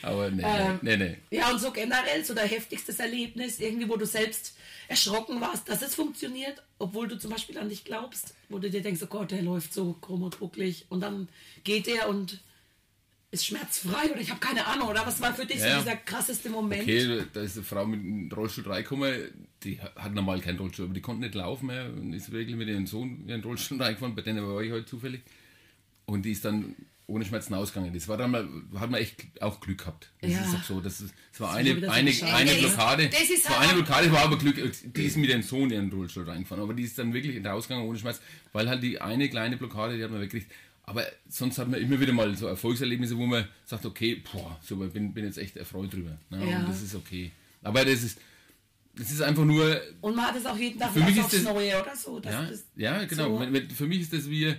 Speaker 3: Aber
Speaker 2: Ähm.
Speaker 3: nein, nein, nein.
Speaker 2: Ja, und so generell, so dein heftigstes Erlebnis, irgendwie, wo du selbst erschrocken warst, dass es funktioniert, obwohl du zum Beispiel an dich glaubst, wo du dir denkst, oh Gott, der läuft so krumm und bucklig und dann geht er und ist schmerzfrei oder ich habe keine Ahnung, oder was war für dich
Speaker 3: Ja.
Speaker 2: so dieser krasseste Moment?
Speaker 3: Okay, da ist eine Frau mit einem Rollstuhl reingekommen, die hat normal keinen Rollstuhl, aber die konnte nicht laufen mehr und ist wirklich mit ihrem Sohn in den Rollstuhl [laughs] reingefahren, bei denen war ich heute zufällig. Und die ist dann ohne Schmerzen ausgegangen. Das war dann mal, hat man echt auch Glück gehabt. Das
Speaker 2: Ja.
Speaker 3: ist doch so, das, ist, das war
Speaker 2: ist
Speaker 3: eine,
Speaker 2: wieder so
Speaker 3: eine,
Speaker 2: ein Scheiß.
Speaker 3: eine
Speaker 1: Das ist-
Speaker 3: Blockade.
Speaker 1: das ist
Speaker 3: war
Speaker 1: halt
Speaker 3: eine
Speaker 1: auch-
Speaker 3: Blockade, war aber Glück, die ist mit ihrem Sohn in den Rollstuhl reingefahren, aber die ist dann wirklich rausgegangen ohne Schmerz, weil halt die eine kleine Blockade, die hat man weggekriegt. Aber sonst hat man immer wieder mal so Erfolgserlebnisse, wo man sagt, okay, boah, super, bin, bin jetzt echt erfreut drüber. Ne?
Speaker 2: Ja.
Speaker 3: Und das ist okay. Aber das ist, das ist einfach nur,
Speaker 2: Und man hat es auch jeden Tag
Speaker 3: Für mich
Speaker 2: was aufs
Speaker 3: ist das-
Speaker 2: Neue oder so. dass
Speaker 3: ja,
Speaker 2: das-
Speaker 3: ja, genau.
Speaker 2: so-
Speaker 3: Wenn, wenn, für mich ist das wie,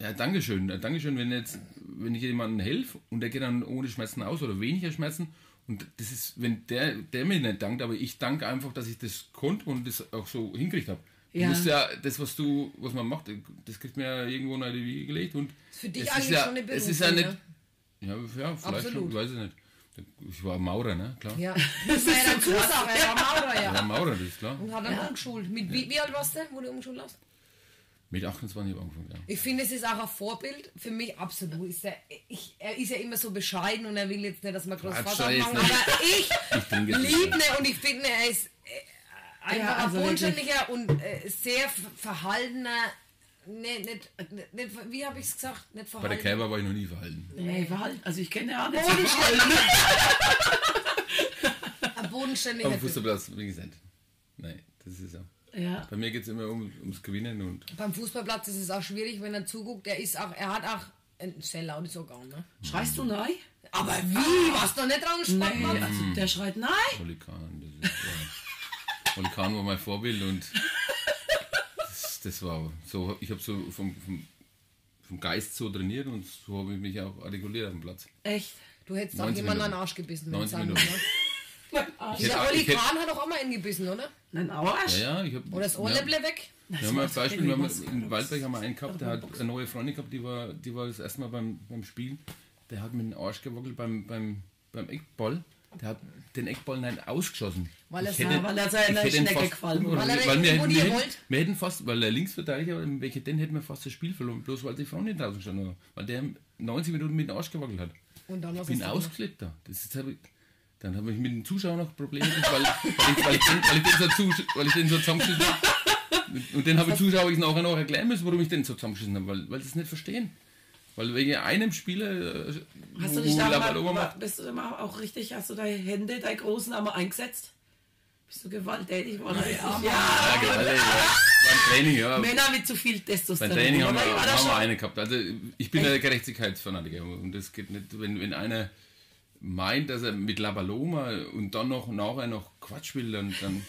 Speaker 3: ja, Dankeschön, ja, Dankeschön, wenn jetzt, wenn ich jemandem helfe und der geht dann ohne Schmerzen aus oder weniger Schmerzen und das ist, wenn der, der mir nicht dankt, aber ich danke einfach, dass ich das konnte und das auch so hingekriegt habe.
Speaker 2: Ja.
Speaker 3: Du musst ja, das, was du, was man macht, das kriegt man ja irgendwo in eine Wiege gelegt und
Speaker 1: Für dich
Speaker 3: es ist
Speaker 1: eigentlich
Speaker 3: ja,
Speaker 1: schon eine
Speaker 3: Es ist ja nicht,
Speaker 1: Berufung,
Speaker 3: ja, ja, vielleicht
Speaker 1: Absolut.
Speaker 3: schon, weiß ich nicht. Ich war Maurer, ne? Klar.
Speaker 1: Ja. [laughs] Das war ja dann Zusatz, weil er war Maurer,
Speaker 3: Ich war
Speaker 1: ja.
Speaker 3: Maurer, das ist klar.
Speaker 1: Und hat dann umgeschult. Mit, wie, wie alt warst du, wo du umgeschult hast?
Speaker 3: Mit 28 habe ich angefangen, ja.
Speaker 1: Ich finde, es ist auch ein Vorbild für mich absolut. Ist er, ich, er ist ja immer so bescheiden und er will jetzt nicht, dass wir groß
Speaker 3: Quatsch,
Speaker 1: Vater
Speaker 3: er ist
Speaker 1: machen,
Speaker 3: nicht-
Speaker 1: aber ich,
Speaker 3: Ich denke, es ist-
Speaker 1: liebe ihn und ich finde, er ist äh, einfach
Speaker 2: Ja, also
Speaker 1: ein bodenständiger und äh, sehr ver- verhaltener. Nee, nicht, nicht, nicht, wie habe ich es gesagt? Nicht
Speaker 3: Bei der
Speaker 1: verhalten.
Speaker 3: Kälber war ich noch nie verhalten.
Speaker 2: Nee, Verhalten. Also ich kenne ja auch nicht.
Speaker 1: Ohne
Speaker 2: so Verhalten.
Speaker 1: Ein
Speaker 3: Am
Speaker 1: bodenständiger Typ.
Speaker 3: Fußballplatz, wie gesagt. Nein, das ist ja.
Speaker 2: [laughs] Ja.
Speaker 3: Bei mir geht es immer um, ums Gewinnen und.
Speaker 1: Beim Fußballplatz ist es auch schwierig, wenn er zuguckt. Er, ist auch, er hat auch ein sehr lautes Organ. Ne?
Speaker 2: Schreist du nein?
Speaker 1: Aber
Speaker 3: Ah.
Speaker 1: wie? Warst du noch nicht dran
Speaker 2: Nee,
Speaker 1: Sportplatz?
Speaker 2: also der schreit nein.
Speaker 3: Oli Kahn, das ist, ja. Oli Kahn war mein Vorbild und das, das war so. Ich habe so vom, vom, vom Geist so trainiert und so habe ich mich auch artikuliert auf dem Platz.
Speaker 2: Echt?
Speaker 1: Du hättest auch
Speaker 3: 90
Speaker 1: jemanden an
Speaker 3: Minuten.
Speaker 1: den Arsch gebissen. wenn
Speaker 3: 90
Speaker 1: es sein
Speaker 3: Minuten.
Speaker 1: muss, ne?
Speaker 3: Ich hätte
Speaker 1: Der
Speaker 3: auch-
Speaker 1: Oli
Speaker 3: ich hätte-
Speaker 1: Kahn hat auch immer einen gebissen, oder?
Speaker 2: Nein, Arsch.
Speaker 3: Ja, ja, ich habe.
Speaker 1: Oder das Ohrläppler weg?
Speaker 3: Wir haben mal ein Beispiel, wir haben in Waldberg haben wir einen gehabt, der hat eine neue Freundin gehabt, die war, die war das erste Mal beim, beim Spielen, der hat mit dem Arsch gewackelt beim, beim, beim Eckball, der hat den Eckball nicht ausgeschossen.
Speaker 1: Weil er
Speaker 3: Ich
Speaker 1: sah-
Speaker 3: hätte-
Speaker 2: weil er seine
Speaker 3: ich hätte ihn
Speaker 2: Schnecke
Speaker 3: fast-
Speaker 2: gefallen
Speaker 1: Weil er
Speaker 3: weil wir,
Speaker 1: irgendwo
Speaker 3: hätten,
Speaker 1: die
Speaker 3: wir, hätten,
Speaker 1: wollt.
Speaker 3: wir hätten fast, weil er Linksverteidiger war, welche den hätten wir fast das Spiel verloren, bloß weil die Frau nicht draußen gestanden war, weil der 90 Minuten mit dem Arsch gewackelt hat.
Speaker 1: Und dann was
Speaker 3: Ich bin
Speaker 1: ist
Speaker 3: ausgeklebt da. Das ist, hab ich, dann habe ich mit den Zuschauern noch Probleme, weil, weil, ich, weil, ich, den- weil ich den so, zusch- weil ich den so zusammengeschissen habe. Und den habe ich Zuschauer ich nachher noch erklären müssen, warum ich den so zusammengeschissen habe, weil, weil sie es nicht verstehen. Weil wegen einem Spieler, äh,
Speaker 2: Hast
Speaker 3: wo-
Speaker 2: du dich
Speaker 3: wo
Speaker 2: da
Speaker 3: Labalova
Speaker 2: mal,
Speaker 3: macht,
Speaker 2: bist du da mal auch richtig, hast du deine Hände, deine großen Arme eingesetzt? Bist du gewalttätig geworden? Ja,
Speaker 3: ja, geil, ey, ja. beim äh, Training, ja.
Speaker 2: Männer mit zu viel
Speaker 3: Beim
Speaker 2: Testosteron.
Speaker 3: Training haben wir,
Speaker 2: oder? War das
Speaker 3: haben wir
Speaker 2: schon-
Speaker 3: eine gehabt. Also ich bin der Gerechtigkeitsfanatiker und das geht nicht, wenn, wenn einer meint, dass er mit Labaloma und dann noch nachher noch Quatsch will, dann, dann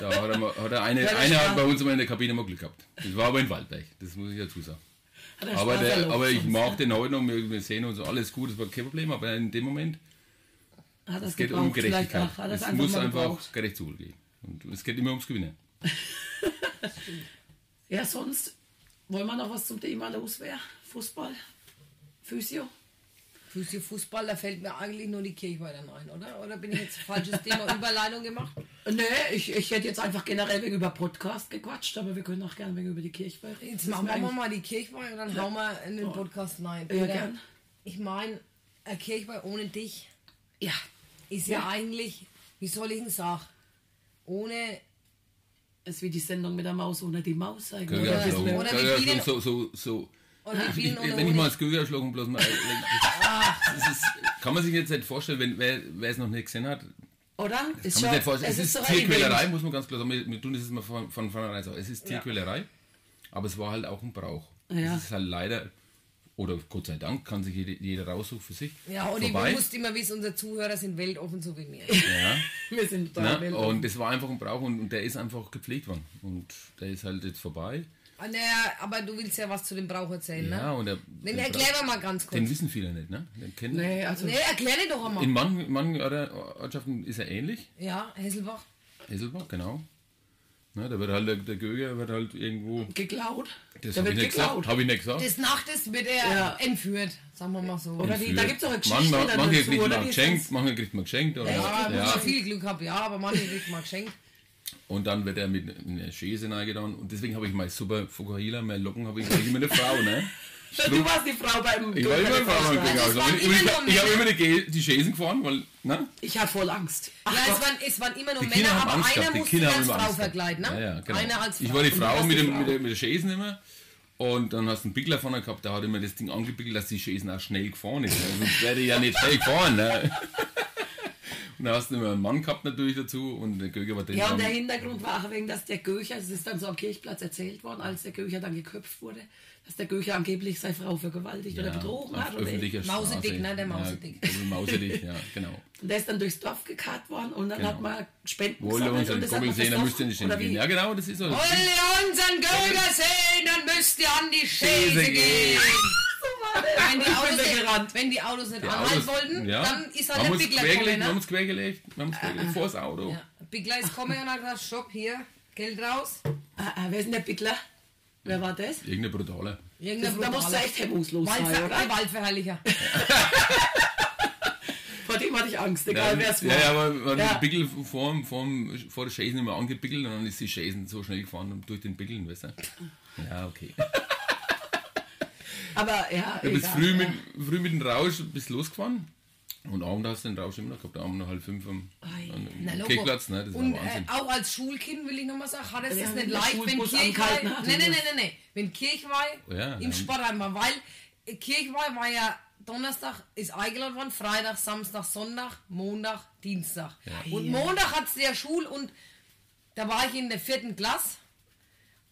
Speaker 3: da hat er, mal, hat er eine,
Speaker 2: das
Speaker 3: einer
Speaker 2: war-
Speaker 3: hat bei uns immer in der Kabine mal Glück gehabt. Das war aber in Waldberg, das muss ich dazu sagen.
Speaker 2: Hat er
Speaker 3: Aber,
Speaker 2: Spaß
Speaker 3: der,
Speaker 2: erlaubt
Speaker 3: aber ich
Speaker 2: sonst,
Speaker 3: mag den heute noch, wir wir sehen uns alles gut, das war kein Problem, aber in dem Moment,
Speaker 2: ne? Hat
Speaker 3: es geht um Gerechtigkeit.
Speaker 2: Hat das
Speaker 3: Es
Speaker 2: einfach
Speaker 3: muss
Speaker 2: mal
Speaker 3: einfach
Speaker 2: gebraucht.
Speaker 3: gerecht zugehen. Und es geht immer ums Gewinnen.
Speaker 2: Ja, sonst wollen wir noch was zum Thema loswerden? Fußball? Physio?
Speaker 1: Fürs
Speaker 3: [laughs]
Speaker 1: Fußball, da fällt mir eigentlich nur die Kirchweih dann ein, oder? Oder bin ich jetzt falsches Thema Überleitung gemacht?
Speaker 2: Nee, ich, ich hätte jetzt einfach generell wegen über Podcast gequatscht, aber wir können auch gerne wegen über die Kirchweih reden.
Speaker 1: Jetzt
Speaker 2: Das
Speaker 1: machen
Speaker 2: ist mir
Speaker 1: wir
Speaker 2: eigentlich-
Speaker 1: mal die Kirchweih und dann hauen wir in den Podcast rein.
Speaker 2: Ja,
Speaker 1: Peter,
Speaker 2: gern.
Speaker 1: Ich meine, eine Kirchweih ohne dich
Speaker 2: Ja,
Speaker 1: ist ja,
Speaker 2: Ja.
Speaker 1: eigentlich, wie soll ich denn sagen, ohne,
Speaker 2: ist wie die Sendung mit der Maus ohne die Maus eigentlich.
Speaker 1: Oder-
Speaker 3: Gehör schlagen.
Speaker 1: oder wie
Speaker 3: Gehör
Speaker 1: viele-
Speaker 3: schlagen, so, so, so.
Speaker 1: oder wie
Speaker 3: Ich,
Speaker 1: vielen ohne
Speaker 3: wenn ich
Speaker 1: Honig.
Speaker 3: mal das Gehör schlagen bloß mal. Das ist, kann man sich jetzt nicht vorstellen, wenn wer, wer es noch nicht gesehen hat.
Speaker 2: Oder?
Speaker 3: Kann man sich nicht vorstellen. Es, ist,
Speaker 2: doch ein
Speaker 3: Tierquälerei,
Speaker 2: Event.
Speaker 3: muss man ganz klar sagen. Wir, wir tun das jetzt mal von, von vornherein sagen. Es ist Tierquälerei, aber es war halt auch ein Brauch.
Speaker 2: Ja.
Speaker 3: Es ist halt leider, oder Gott sei Dank, kann sich jede, jeder raussuchen für sich.
Speaker 1: Ja, und ich
Speaker 3: Vorbei.
Speaker 1: wusste immer, wie es unsere Zuhörer sind, weltoffen, so wie mir.
Speaker 3: Ja.
Speaker 2: Wir sind da.
Speaker 3: Ne?
Speaker 2: weltoffen.
Speaker 3: Und das war einfach ein Brauch und, und der ist einfach gepflegt worden. Und der ist halt jetzt vorbei.
Speaker 1: Ah, Naja, aber du willst ja was zu dem Brauch erzählen,
Speaker 3: Ja,
Speaker 1: ne?
Speaker 3: und der,
Speaker 1: Den
Speaker 3: der
Speaker 1: erklären
Speaker 3: Brauch-
Speaker 1: wir mal ganz kurz.
Speaker 3: den wissen viele nicht, ne? Den kennen
Speaker 2: nee, also
Speaker 1: Nee, erkläre doch einmal.
Speaker 3: In manchen, manchen Orte- Ortschaften ist er ähnlich.
Speaker 1: ja, Hesselbach.
Speaker 3: Hesselbach, genau. Ne, da wird halt der, der Göger wird halt irgendwo.
Speaker 2: geklaut.
Speaker 3: Das
Speaker 2: da
Speaker 3: habe
Speaker 2: wird
Speaker 3: ich, nicht gesagt.
Speaker 2: geklaut.
Speaker 3: Hab ich nicht gesagt.
Speaker 1: Des Nachtes wird er
Speaker 2: Ja.
Speaker 1: entführt, sagen wir mal so.
Speaker 2: Oder wie, da
Speaker 3: Für-
Speaker 2: gibt es auch eine Geschichte
Speaker 3: manchmal,
Speaker 2: dann
Speaker 3: manche
Speaker 2: dazu,
Speaker 3: kriegt
Speaker 2: oder?
Speaker 3: man
Speaker 2: Die ist
Speaker 3: geschenkt, manche kriegt man geschenkt. Oder,
Speaker 1: Ja, wenn
Speaker 3: ja.
Speaker 1: man viel Glück hat, ja, aber manche kriegt mal geschenkt.
Speaker 3: Und dann wird er mit einer Schäse reingetan. Und deswegen habe ich mein super Fukuhila, meine Locken habe ich hab ich immer eine Frau,
Speaker 2: [laughs]
Speaker 3: ne?
Speaker 2: ganz- Du warst die Frau beim
Speaker 3: Ich war immer eine Frau.
Speaker 2: beim-
Speaker 1: Das waren
Speaker 3: Ich, ich,
Speaker 1: immer
Speaker 3: ich,
Speaker 1: nur
Speaker 3: ich habe immer die, Ge- die Schäsen gefahren, weil, ne?
Speaker 2: Ich hatte voll Angst.
Speaker 1: Ja, es waren, es waren immer nur
Speaker 3: Die Kinder
Speaker 1: Männer,
Speaker 3: haben
Speaker 1: aber
Speaker 3: Angst
Speaker 1: einer
Speaker 3: gehabt. Die
Speaker 1: musste
Speaker 3: Kinder
Speaker 1: sich
Speaker 3: haben
Speaker 1: als
Speaker 3: immer
Speaker 1: Frau
Speaker 3: Angst gehabt.
Speaker 1: verkleiden, ne?
Speaker 3: Ja, ja, genau.
Speaker 1: Einer als Frau.
Speaker 3: Ich war die
Speaker 1: Und du
Speaker 3: Frau
Speaker 1: warst
Speaker 3: mit,
Speaker 1: die
Speaker 3: dem,
Speaker 1: Frau.
Speaker 3: mit, der, mit der Chaisen immer. Und dann hast du einen Pickler vorne gehabt, der hat immer das Ding angepickelt, dass die Chaisen auch schnell gefahren ist. ne? Sonst wäre die ja nicht schnell gefahren. Ne?
Speaker 1: [laughs]
Speaker 3: Und dann hast du immer einen Mann gehabt natürlich dazu und der Göger war den
Speaker 2: Ja, und
Speaker 3: dann-
Speaker 2: der Hintergrund war auch wegen, dass der Göcher, es ist dann so am Kirchplatz erzählt worden, als der Göcher dann geköpft wurde, dass der Göcher angeblich seine Frau vergewaltigt oder
Speaker 3: ja,
Speaker 2: betrogen
Speaker 3: auf
Speaker 2: hat. Oder
Speaker 3: öffentlicher Straße.
Speaker 1: Mausedick, ne? Der Mausedick.
Speaker 3: Ja, Mausedick, ja,
Speaker 1: [laughs]
Speaker 3: genau.
Speaker 2: und der ist dann durchs Dorf gekarrt worden und dann
Speaker 3: Genau.
Speaker 2: hat man Spenden
Speaker 3: Wolle
Speaker 2: gesammelt
Speaker 3: unseren
Speaker 2: und das hat
Speaker 3: Kumpel
Speaker 2: man
Speaker 3: sehen, da müsst ihr nicht
Speaker 2: versoffen, oder
Speaker 3: hingehen.
Speaker 2: wie?
Speaker 3: Ja, genau, das ist so.
Speaker 1: Wollt ihr unseren Göger sehen, dann müsst ihr an die
Speaker 3: Schäse
Speaker 1: Schäse gehen. Wenn die,
Speaker 2: Ich bin
Speaker 1: Autos
Speaker 2: da
Speaker 1: nicht,
Speaker 2: gerannt.
Speaker 1: wenn die Autos nicht
Speaker 3: Die
Speaker 1: anhalten
Speaker 3: Autos-
Speaker 1: wollten,
Speaker 3: ja.
Speaker 1: dann ist
Speaker 3: Haben
Speaker 1: halt der
Speaker 3: uns
Speaker 1: Bigler gekommen.
Speaker 3: quergelegt, Wir haben
Speaker 1: Ne? Äh,
Speaker 3: uns quergelegt, wir haben uns quergelegt, vor das Auto.
Speaker 1: Ja. Bigler ist gekommen und hat gesagt, stopp, hier, Geld raus.
Speaker 2: Ah, ah, wer ist denn der Bittler? Wer war das?
Speaker 3: Irgendeine brutale.
Speaker 2: Das, da musst du echt hemmungslos sein,
Speaker 1: Waldver
Speaker 2: oder?
Speaker 1: Waldverherrlicher.
Speaker 2: Vor dem hatte ich Angst, egal wer es war.
Speaker 3: Ja, ja, aber man
Speaker 2: Ja.
Speaker 3: hat den Pickel vor, dem- vor, dem- vor der Chasen immer angepickelt und dann ist die Chasen so schnell gefahren und durch den Pickeln, weißt du? Ja,
Speaker 2: [laughs]
Speaker 3: okay.
Speaker 2: Aber ja,
Speaker 3: Du bist
Speaker 2: egal.
Speaker 3: früh mit, früh mit dem Rausch bist losgefahren und abends hast du den Rausch immer noch gehabt, abends noch halb fünf am,
Speaker 1: Na,
Speaker 3: am
Speaker 1: Loco.
Speaker 3: Kirchplatz, ne? Das war
Speaker 1: und
Speaker 3: Wahnsinn.
Speaker 1: äh, auch als Schulkind will ich nochmal sagen, hat es
Speaker 2: Wir
Speaker 1: das
Speaker 2: haben
Speaker 1: nicht
Speaker 2: den
Speaker 1: leicht, wenn
Speaker 2: Schulbus
Speaker 1: Kirchweih,
Speaker 2: angehalten hat,
Speaker 1: nee, nee,
Speaker 2: oder?
Speaker 1: nee, nee, nee, wenn Kirchweih
Speaker 3: Oh ja,
Speaker 1: im
Speaker 3: ja.
Speaker 1: Sportheim war, weil äh, Kirchweih war ja Donnerstag ist eingeladen worden, Freitag, Samstag, Sonntag, Montag, Dienstag. Und Montag hat es der Schul und da war ich in der vierten Klasse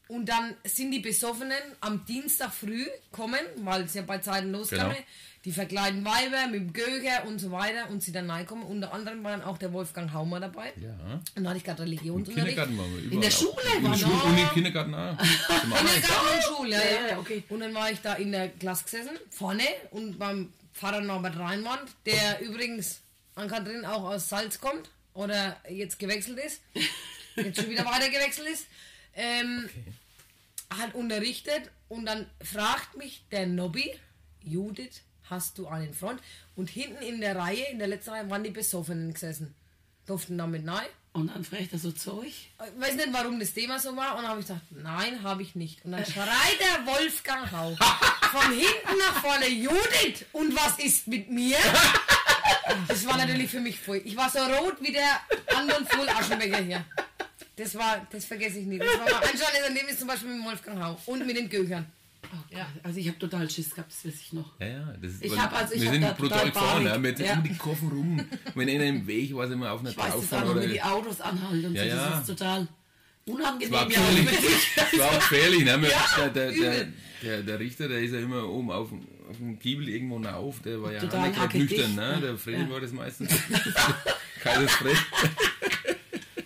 Speaker 1: und dann sind die Besoffenen am Dienstag früh kommen, weil es ja bei Zeiten losgegangen
Speaker 3: Genau.
Speaker 1: Die verkleiden Weiber mit dem Göger und so weiter und sie dann reinkommen. Unter anderem waren auch der Wolfgang Haumer dabei.
Speaker 3: ja.
Speaker 1: Und dann hatte ich gerade
Speaker 3: Im
Speaker 1: Religionsunterricht.
Speaker 3: Kindergarten waren wir überall.
Speaker 2: In der Schule
Speaker 3: Im
Speaker 2: war
Speaker 3: Schul-
Speaker 2: noch-
Speaker 3: Und im
Speaker 2: [laughs]
Speaker 3: Kindergarten auch. Zum anderen.
Speaker 1: Kindergarten und Schule, ja,
Speaker 2: Ja,
Speaker 1: ja.
Speaker 2: ja, okay.
Speaker 1: Und dann war ich da in der Klasse gesessen, vorne, und beim Pfarrer Norbert Reinwand, der übrigens an Kathrin auch aus Salz kommt oder jetzt gewechselt ist, jetzt schon wieder weiter gewechselt ist, ähm, hat unterrichtet und dann fragt mich der Nobby, Judith, hast du einen Freund? Und hinten in der Reihe, in der letzten Reihe, waren die Besoffenen gesessen. Durften damit nein.
Speaker 2: Und dann fragt er so Zeug.
Speaker 1: Ich weiß nicht, warum das Thema so war. Und dann habe ich gesagt, nein, habe ich nicht. Und dann schreit der Wolfgang
Speaker 3: [laughs]
Speaker 1: Hau von hinten nach vorne, Judith, und was ist mit mir? Das war natürlich für mich voll. Ich war so rot wie der Anton Fuhl Aschenbecher hier. Das war, das vergesse ich nicht. Das war mein anschauendes Erlebnis zum Beispiel mit Wolfgang Hau und mit den Göchern.
Speaker 2: Oh ja. Also ich habe total Schiss gehabt, das weiß ich noch.
Speaker 3: Ja, ja, das ist,
Speaker 2: Ich
Speaker 3: weil
Speaker 2: hab also- ich
Speaker 3: wir
Speaker 2: hab
Speaker 3: sind
Speaker 2: da
Speaker 3: brutal
Speaker 2: total
Speaker 3: gefahren, ja.
Speaker 2: Panik.
Speaker 3: wir sind
Speaker 2: Ja.
Speaker 3: um die Koffer rum. Wenn einer im Weg war, sind wir auf einer
Speaker 2: Ich weiß
Speaker 3: drauf
Speaker 2: das auch
Speaker 3: gefahren
Speaker 2: noch,
Speaker 3: oder
Speaker 2: wenn die Autos anhalten und
Speaker 3: Ja,
Speaker 2: so, das
Speaker 3: ja.
Speaker 2: ist total unangenehm.
Speaker 3: war
Speaker 2: ja,
Speaker 3: gefährlich.
Speaker 2: aber mit-
Speaker 3: Das [laughs] war auch gefährlich, ne? Wir-
Speaker 2: Ja,
Speaker 3: der, der, der,
Speaker 2: übel.
Speaker 3: der, der Richter, der ist ja immer oben auf, dem- auf dem Giebel irgendwo nah auf, der war ja
Speaker 2: Total
Speaker 3: auch nicht gerade
Speaker 2: hackedicht,
Speaker 3: nüchtern, ne?
Speaker 2: ne?
Speaker 3: Der Freddy
Speaker 2: Ja.
Speaker 3: war das meistens. [laughs] Kaisersfred.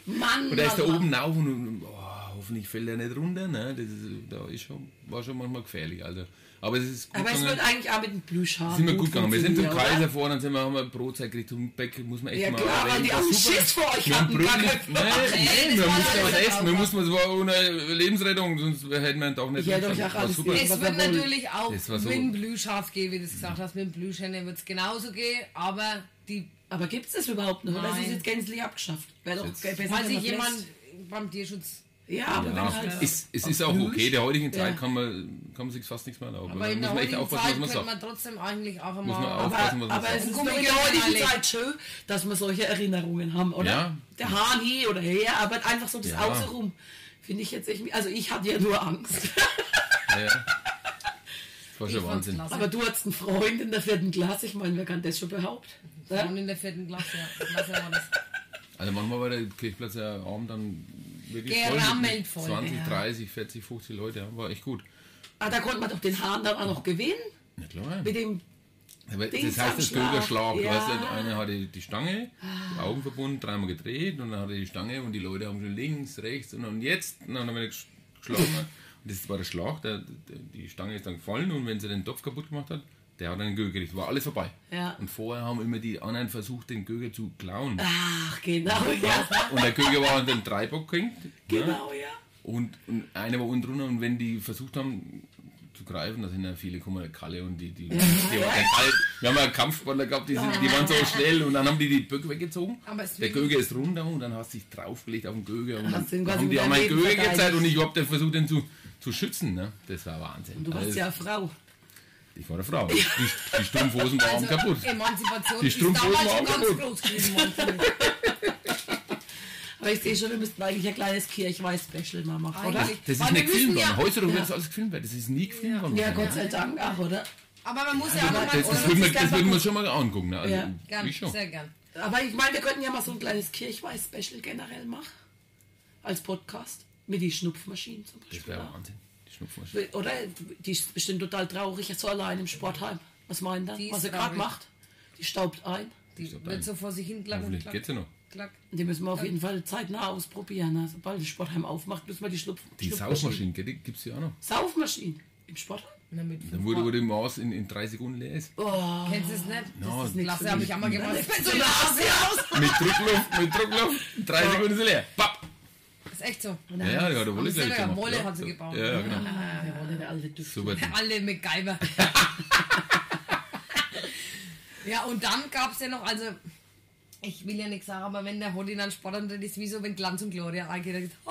Speaker 2: Mann,
Speaker 3: Und der ist da
Speaker 2: Mann,
Speaker 3: oben rauf und oh, hoffentlich fällt er nicht runter, ne? Das ist, da ist schon, war schon manchmal gefährlich, also. Aber es ist gut
Speaker 2: Mann. Aber es wird
Speaker 3: gegangen.
Speaker 2: eigentlich auch mit dem Blüschhaar.
Speaker 3: Sind wir gut gegangen. Wir sind zum
Speaker 2: funktioniert,
Speaker 3: Kaiser vor, dann sind wir, haben wir Brotzeit gekriegt zum Bäck, muss man echt
Speaker 2: Ja
Speaker 3: mal
Speaker 2: klar, weil
Speaker 3: erwähnen,
Speaker 2: die
Speaker 3: war
Speaker 2: haben
Speaker 3: super.
Speaker 2: Schiss vor euch.
Speaker 3: Wir haben
Speaker 2: hatten, gar
Speaker 3: Brötchen.
Speaker 2: kein-
Speaker 3: Nein, nein,
Speaker 1: das
Speaker 3: wir
Speaker 1: war
Speaker 3: mussten
Speaker 1: alles
Speaker 3: was
Speaker 1: in
Speaker 3: essen. Wir
Speaker 1: Ordnung.
Speaker 3: mussten, es war ohne Lebensrettung, sonst hätten wir ihn doch nicht.
Speaker 2: Ich hätte euch auch
Speaker 3: geschafft. War
Speaker 2: alles
Speaker 3: super.
Speaker 2: gegeben.
Speaker 1: Es
Speaker 2: Was
Speaker 1: wird
Speaker 2: wir wollen.
Speaker 1: natürlich auch
Speaker 3: Das war so-
Speaker 1: mit dem Blühschaf gehen, wie du es gesagt hast, mit dem Blühschenner wird es genauso gehen, aber die
Speaker 2: Aber gibt es das überhaupt noch? Oder
Speaker 1: Nein.
Speaker 2: ist es jetzt gänzlich abgeschafft? Wäre doch
Speaker 3: Jetzt-
Speaker 2: ge- besser,
Speaker 1: Weil
Speaker 2: wenn
Speaker 1: sich
Speaker 2: man
Speaker 1: jemand
Speaker 2: lässt.
Speaker 1: beim Tierschutz.
Speaker 2: Ja, aber
Speaker 3: Ja,
Speaker 2: wenn halt.
Speaker 3: ist, es ist auch okay. Der heutigen Zeit
Speaker 2: Ja.
Speaker 3: kann man, kann man sich fast nichts mehr erlauben.
Speaker 1: Aber
Speaker 3: da
Speaker 1: in
Speaker 3: muss
Speaker 1: der
Speaker 3: man echt
Speaker 1: heutigen
Speaker 3: aufpassen,
Speaker 1: Zeit
Speaker 3: was man
Speaker 1: könnte
Speaker 3: sagt.
Speaker 1: man trotzdem eigentlich auch
Speaker 3: Muss man
Speaker 1: mal.
Speaker 3: auch- aufpassen, was
Speaker 2: aber
Speaker 3: man
Speaker 2: aber
Speaker 3: sagt.
Speaker 2: es
Speaker 1: Und
Speaker 2: ist doch
Speaker 1: guck mal,
Speaker 2: in
Speaker 1: wie
Speaker 2: der heutigen
Speaker 1: alle-
Speaker 2: Zeit schön, dass wir solche Erinnerungen haben, oder?
Speaker 3: Ja.
Speaker 2: Der Hahn hier oder her, aber einfach so das
Speaker 3: Ja.
Speaker 2: Außenrum. Finde ich jetzt irgendwie. Also ich hatte ja nur
Speaker 1: [laughs]
Speaker 2: Angst.
Speaker 3: Ja, ja. Das war
Speaker 1: Ich
Speaker 3: schon
Speaker 1: fand's
Speaker 3: Wahnsinn.
Speaker 1: klasse.
Speaker 2: Aber du hattest einen Freund in der vierten Klasse. Ich meine, wer kann das schon behaupten? Ja?
Speaker 1: Und in der vierten Klasse, ja. Was war das?
Speaker 3: Also manchmal war der Kirchplatz ja Abend dann wirklich
Speaker 1: Gerammelt
Speaker 3: voll.
Speaker 1: voll,
Speaker 3: mit 20,
Speaker 2: ja.
Speaker 3: 30, 40, 50 Leute. Ja, war echt gut.
Speaker 2: Ah, da konnte man doch den Hahn dann auch noch gewinnen.
Speaker 3: Na klar.
Speaker 2: Mit dem
Speaker 3: Aber
Speaker 2: Dings
Speaker 3: das heißt, das
Speaker 2: am Schlag.
Speaker 3: Bürgerschlag.
Speaker 2: Ja.
Speaker 3: Ja. Weißt du, einer hatte die Stange, die Augen verbunden, dreimal gedreht und dann hatte die Stange und die Leute haben schon links, rechts und, und jetzt, und dann haben wir gesch- geschlagen.
Speaker 2: [laughs]
Speaker 3: und das war der Schlag, der, der, die Stange ist dann gefallen und wenn sie den Topf kaputt gemacht hat, der hat einen Gögel gekriegt. War alles vorbei.
Speaker 2: Ja.
Speaker 3: Und vorher haben immer die anderen versucht, den Gögel zu klauen.
Speaker 2: Ach, genau, ja.
Speaker 3: Und der Gögel war an den Dreibock gehängt. ne?
Speaker 2: Genau, ja.
Speaker 3: Und, und einer war unten drunter und wenn die versucht haben zu greifen, da sind ja viele, guck mal, Kalle und die, die, die, waren ja kalt. Wir haben ja Kampfsportler gehabt, die, sind, die waren so schnell und dann haben die die Böcke weggezogen.
Speaker 1: Aber es
Speaker 3: Der
Speaker 1: wirklich-
Speaker 3: Göge ist runter und dann hast du dich draufgelegt auf den Göge und
Speaker 2: Hast du ihn
Speaker 3: dann,
Speaker 2: quasi
Speaker 3: dann haben
Speaker 2: mit
Speaker 3: die auch
Speaker 2: deinem
Speaker 3: meinen
Speaker 2: Leben
Speaker 3: Göge
Speaker 2: verteidigt.
Speaker 3: gezeigt und ich hab dann versucht, den zu, zu schützen. Ne? Das war Wahnsinn.
Speaker 2: Du warst
Speaker 3: Also,
Speaker 2: ja Frau.
Speaker 3: Ich war eine Frau. Die, die Strumpfhosen waren
Speaker 1: Also,
Speaker 3: kaputt.
Speaker 1: Emanzipation
Speaker 3: Die
Speaker 1: ist
Speaker 3: Strumpfhosen
Speaker 1: damals schon
Speaker 3: waren
Speaker 1: ganz
Speaker 3: kaputt.
Speaker 1: groß gewesen. Mann.
Speaker 2: Aber ich sehe schon, wir müssten eigentlich ein kleines Kirchweih-Special mal machen, oder?
Speaker 1: Eigentlich.
Speaker 3: Das
Speaker 1: Weil
Speaker 3: ist
Speaker 1: wir
Speaker 3: nicht
Speaker 1: müssen
Speaker 3: gefilmt worden.
Speaker 1: ja-
Speaker 3: Heutzutage wird das alles gefilmt werden. Das ist nie gefilmt worden.
Speaker 2: Ja, Gott sei Dank, ach, oder?
Speaker 1: Aber man muss ja auch nochmal.
Speaker 3: Das, das würden wir, das würden wir uns schon mal angucken. Ne? Also,
Speaker 2: Ja.
Speaker 1: Gern,
Speaker 3: ich schon.
Speaker 1: sehr gern.
Speaker 2: Aber ich meine, wir könnten ja mal so ein kleines Kirchweih-Special generell machen. Als Podcast. Mit die Schnupfmaschinen zum
Speaker 3: Das
Speaker 2: Beispiel.
Speaker 3: wäre
Speaker 2: ja.
Speaker 3: Wahnsinn. Die Schnupfmaschine.
Speaker 2: Oder? Die ist bestimmt total traurig, jetzt so allein im Sportheim. Was meint ihr?
Speaker 1: Die ist
Speaker 2: Was sie gerade
Speaker 1: traurig.
Speaker 2: macht? Die staubt ein.
Speaker 1: Die
Speaker 3: Ich glaub,
Speaker 1: wird
Speaker 3: dein-
Speaker 1: so vor sich hin klack und
Speaker 3: Hoffentlich
Speaker 1: klack.
Speaker 3: geht's ja noch.
Speaker 1: klack.
Speaker 2: Die müssen wir auf jeden Fall zeitnah ausprobieren. ne? Sobald das Sportheim aufmacht, müssen wir die Schnupf
Speaker 3: Die Saufmaschine, gell, die gibt es ja auch noch.
Speaker 2: Saufmaschinen im Sportheim?
Speaker 1: Na, mit
Speaker 3: Dann wurde, wo die Maus in, in drei Sekunden leer ist.
Speaker 1: Kennst du es nicht?
Speaker 3: No,
Speaker 1: das ist
Speaker 3: nix
Speaker 1: klasse,
Speaker 2: für
Speaker 1: habe
Speaker 2: mich.
Speaker 1: ich auch mal gemacht. Ich bin so
Speaker 3: Mit Druckluft, mit Druckluft, in drei Sekunden ist sie leer. Papp!
Speaker 1: Ist echt so.
Speaker 3: Ja, ja, die hat eine Wolle
Speaker 1: Aber sie hat
Speaker 3: gleich
Speaker 1: ja
Speaker 3: gemacht.
Speaker 1: Wolle
Speaker 3: ja.
Speaker 1: hat sie gebaut.
Speaker 3: Ja, ja, genau.
Speaker 2: Ah, der Wolle, der alte Düfte.
Speaker 3: Super.
Speaker 1: Alle MacGyver. ja, und dann gab es ja noch, also, ich will ja nichts sagen, aber wenn der Hody dann sportern, dann ist wie so, wenn Glanz und Gloria eingeht, dann geht's, oh,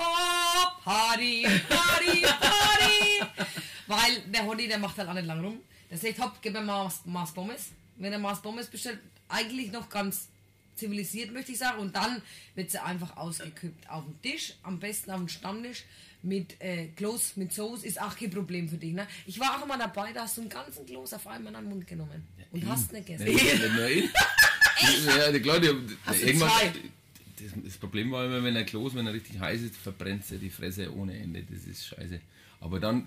Speaker 1: Party, Party, Party. Weil der Hody, der macht halt auch nicht lang rum. Der sagt, hopp, gib mir mal Mars Pommes. Wenn er Mars Pommes bestellt, eigentlich noch ganz zivilisiert, möchte ich sagen. Und dann wird sie einfach ausgekippt auf den Tisch, am besten auf den Stammtisch mit äh, Kloß, mit Soße, ist auch kein Problem für dich. Ne? Ich war auch mal dabei, da hast du einen ganzen Kloß auf einmal in den Mund genommen und hast nicht
Speaker 3: Ja,
Speaker 1: gegessen.
Speaker 3: Nicht nur ihn. Ja, die Claudia,
Speaker 2: Hast du
Speaker 3: irgendwann.
Speaker 2: zwei?
Speaker 3: Das, das Problem war immer, wenn er Kloß, wenn er richtig heiß ist, verbrennt sie die Fresse ohne Ende. Das ist scheiße. Aber dann,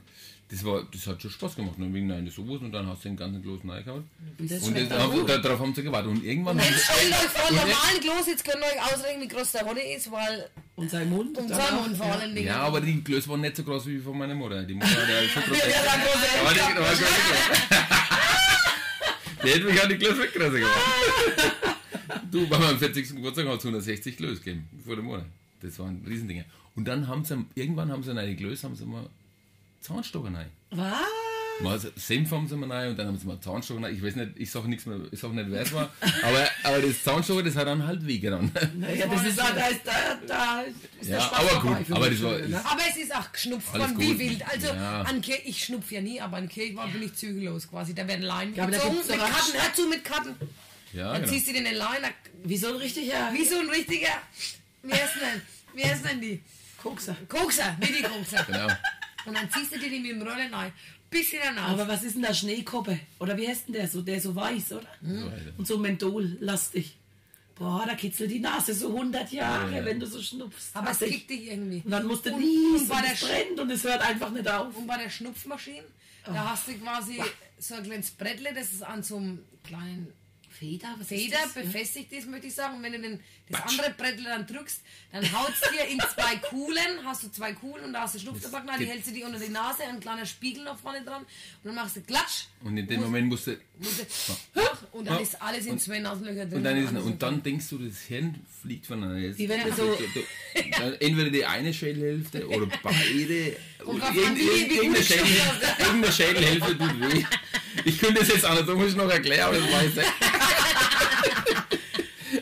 Speaker 3: das, war, das hat schon Spaß gemacht. Dann wegen einer Soße und dann hast du den ganzen Kloß reingehauen.
Speaker 2: Und das
Speaker 3: Und
Speaker 2: schmeckt
Speaker 3: das,
Speaker 2: auch gut.
Speaker 3: haben- darauf haben sie gewartet. Und irgendwann. [laughs]
Speaker 1: Jetzt stellt euch vor,
Speaker 3: Und jetzt-
Speaker 1: normalen Kloß, jetzt könnt ihr euch ausrechnen, wie groß der Holle ist, halt um weil
Speaker 2: Und sein Mund.
Speaker 1: und
Speaker 2: danach,
Speaker 1: Salmon vor allen Dingen.
Speaker 3: Ja, aber die Klöße waren nicht so groß wie von meiner Mutter. Die Mutter hat ja
Speaker 1: [laughs]
Speaker 3: schon groß.
Speaker 2: Ja, dann muss
Speaker 3: Da war die, da war die Klöße groß. [laughs] Die hätte mich an die Klöße weggrößer gemacht. Du, bei meinem 40. Geburtstag hat es 160 Klöße gegeben vor dem Monat. Das waren Riesendinger. Und dann haben sie, irgendwann haben sie eine Klöße, haben sie mal Zahnstocher rein.
Speaker 2: er- Was?
Speaker 3: Mal Senf haben sie mal rein und dann haben sie mal Zahnstocher rein. Ich weiß nicht, ich sag nichts mehr, ich sag nicht, wer es war. Aber, aber das Zahnstocher, das hat dann halt wehgetan.
Speaker 2: Naja, das ist da, da ist da, da ist der
Speaker 3: Ja,
Speaker 2: Spaß
Speaker 3: aber
Speaker 2: vorbei
Speaker 3: gut,
Speaker 2: für
Speaker 3: aber
Speaker 2: mich
Speaker 3: das war.
Speaker 2: schon, ne?
Speaker 1: Aber es ist auch geschnupft
Speaker 3: Alles
Speaker 1: worden, wie
Speaker 3: gut.
Speaker 1: wild. Also
Speaker 3: Ja.
Speaker 1: an Kirch, ich schnupf ja nie, aber an Kirch war bin ich zügellos quasi. Da werden Leinen
Speaker 2: Ja, aber da
Speaker 1: gezogen
Speaker 2: gibt's
Speaker 1: mit
Speaker 2: doch auch
Speaker 1: Karten.
Speaker 2: Sch-
Speaker 1: Hör zu mit Karten.
Speaker 3: Ja,
Speaker 1: Dann
Speaker 3: genau.
Speaker 1: ziehst du den in Leine,
Speaker 2: Wie so ein richtiger
Speaker 1: wie so ein richtiger. Wer ist denn? Wer ist denn die?
Speaker 2: Kokser.
Speaker 1: Kokser, wie die Kokser.
Speaker 3: genau.
Speaker 1: Und dann ziehst du dir die mit dem Roller rein. Bisschen danach.
Speaker 2: Aber was ist denn da Schneekoppe? Oder wie heißt denn der so? Der ist so weiß, oder? Hm?
Speaker 3: So weiter.
Speaker 2: Und so mentollastig. Boah, da kitzelt die Nase so 100 Jahre,
Speaker 3: Ja, ja.
Speaker 2: wenn du so schnupfst.
Speaker 1: Aber es
Speaker 2: Assig.
Speaker 1: kickt dich irgendwie.
Speaker 2: Und dann musst du
Speaker 1: Und-
Speaker 2: niesen
Speaker 1: und
Speaker 2: und,
Speaker 1: bei der
Speaker 2: es
Speaker 1: Sch-
Speaker 2: brennt und es hört einfach nicht auf.
Speaker 1: Und bei der Schnupfmaschine,
Speaker 3: Oh.
Speaker 1: da hast du quasi so ein kleines Brettle, das ist an so einem kleinen
Speaker 2: Feder, was
Speaker 1: Feder befestigt ist, möchte ich sagen. Und wenn du den, das andere Brettel dann drückst, dann haut's dir in zwei Kuhlen, hast du zwei Kuhlen und da hast du Schnupftabak rein, die
Speaker 3: geht-
Speaker 1: hältst du dir unter die Nase, ein kleiner Spiegel noch vorne dran und dann machst du Klatsch
Speaker 3: Und in dem Moment musst du
Speaker 1: und, du- und dann
Speaker 3: Ja.
Speaker 1: ist alles in zwei Nasenlöcher drin.
Speaker 3: Und dann, ist,
Speaker 1: Alles
Speaker 3: und
Speaker 1: okay.
Speaker 3: dann denkst du, das Hirn fliegt voneinander. Jetzt,
Speaker 2: Wie wenn wir
Speaker 3: du-
Speaker 2: so-
Speaker 3: du- du- dann Entweder die eine Schädelhälfte oder beide.
Speaker 1: Kommt
Speaker 3: Und
Speaker 1: drauf an,
Speaker 3: irgend-
Speaker 1: wie- wie
Speaker 3: irgend-
Speaker 1: gut
Speaker 3: Irgendeine
Speaker 1: du
Speaker 3: Schädelhälfte,
Speaker 1: schaffst.
Speaker 3: irgendeine Schädelhälfte tut weh. Ich könnte das jetzt anatomisch noch erklären, aber das weiß ich nicht.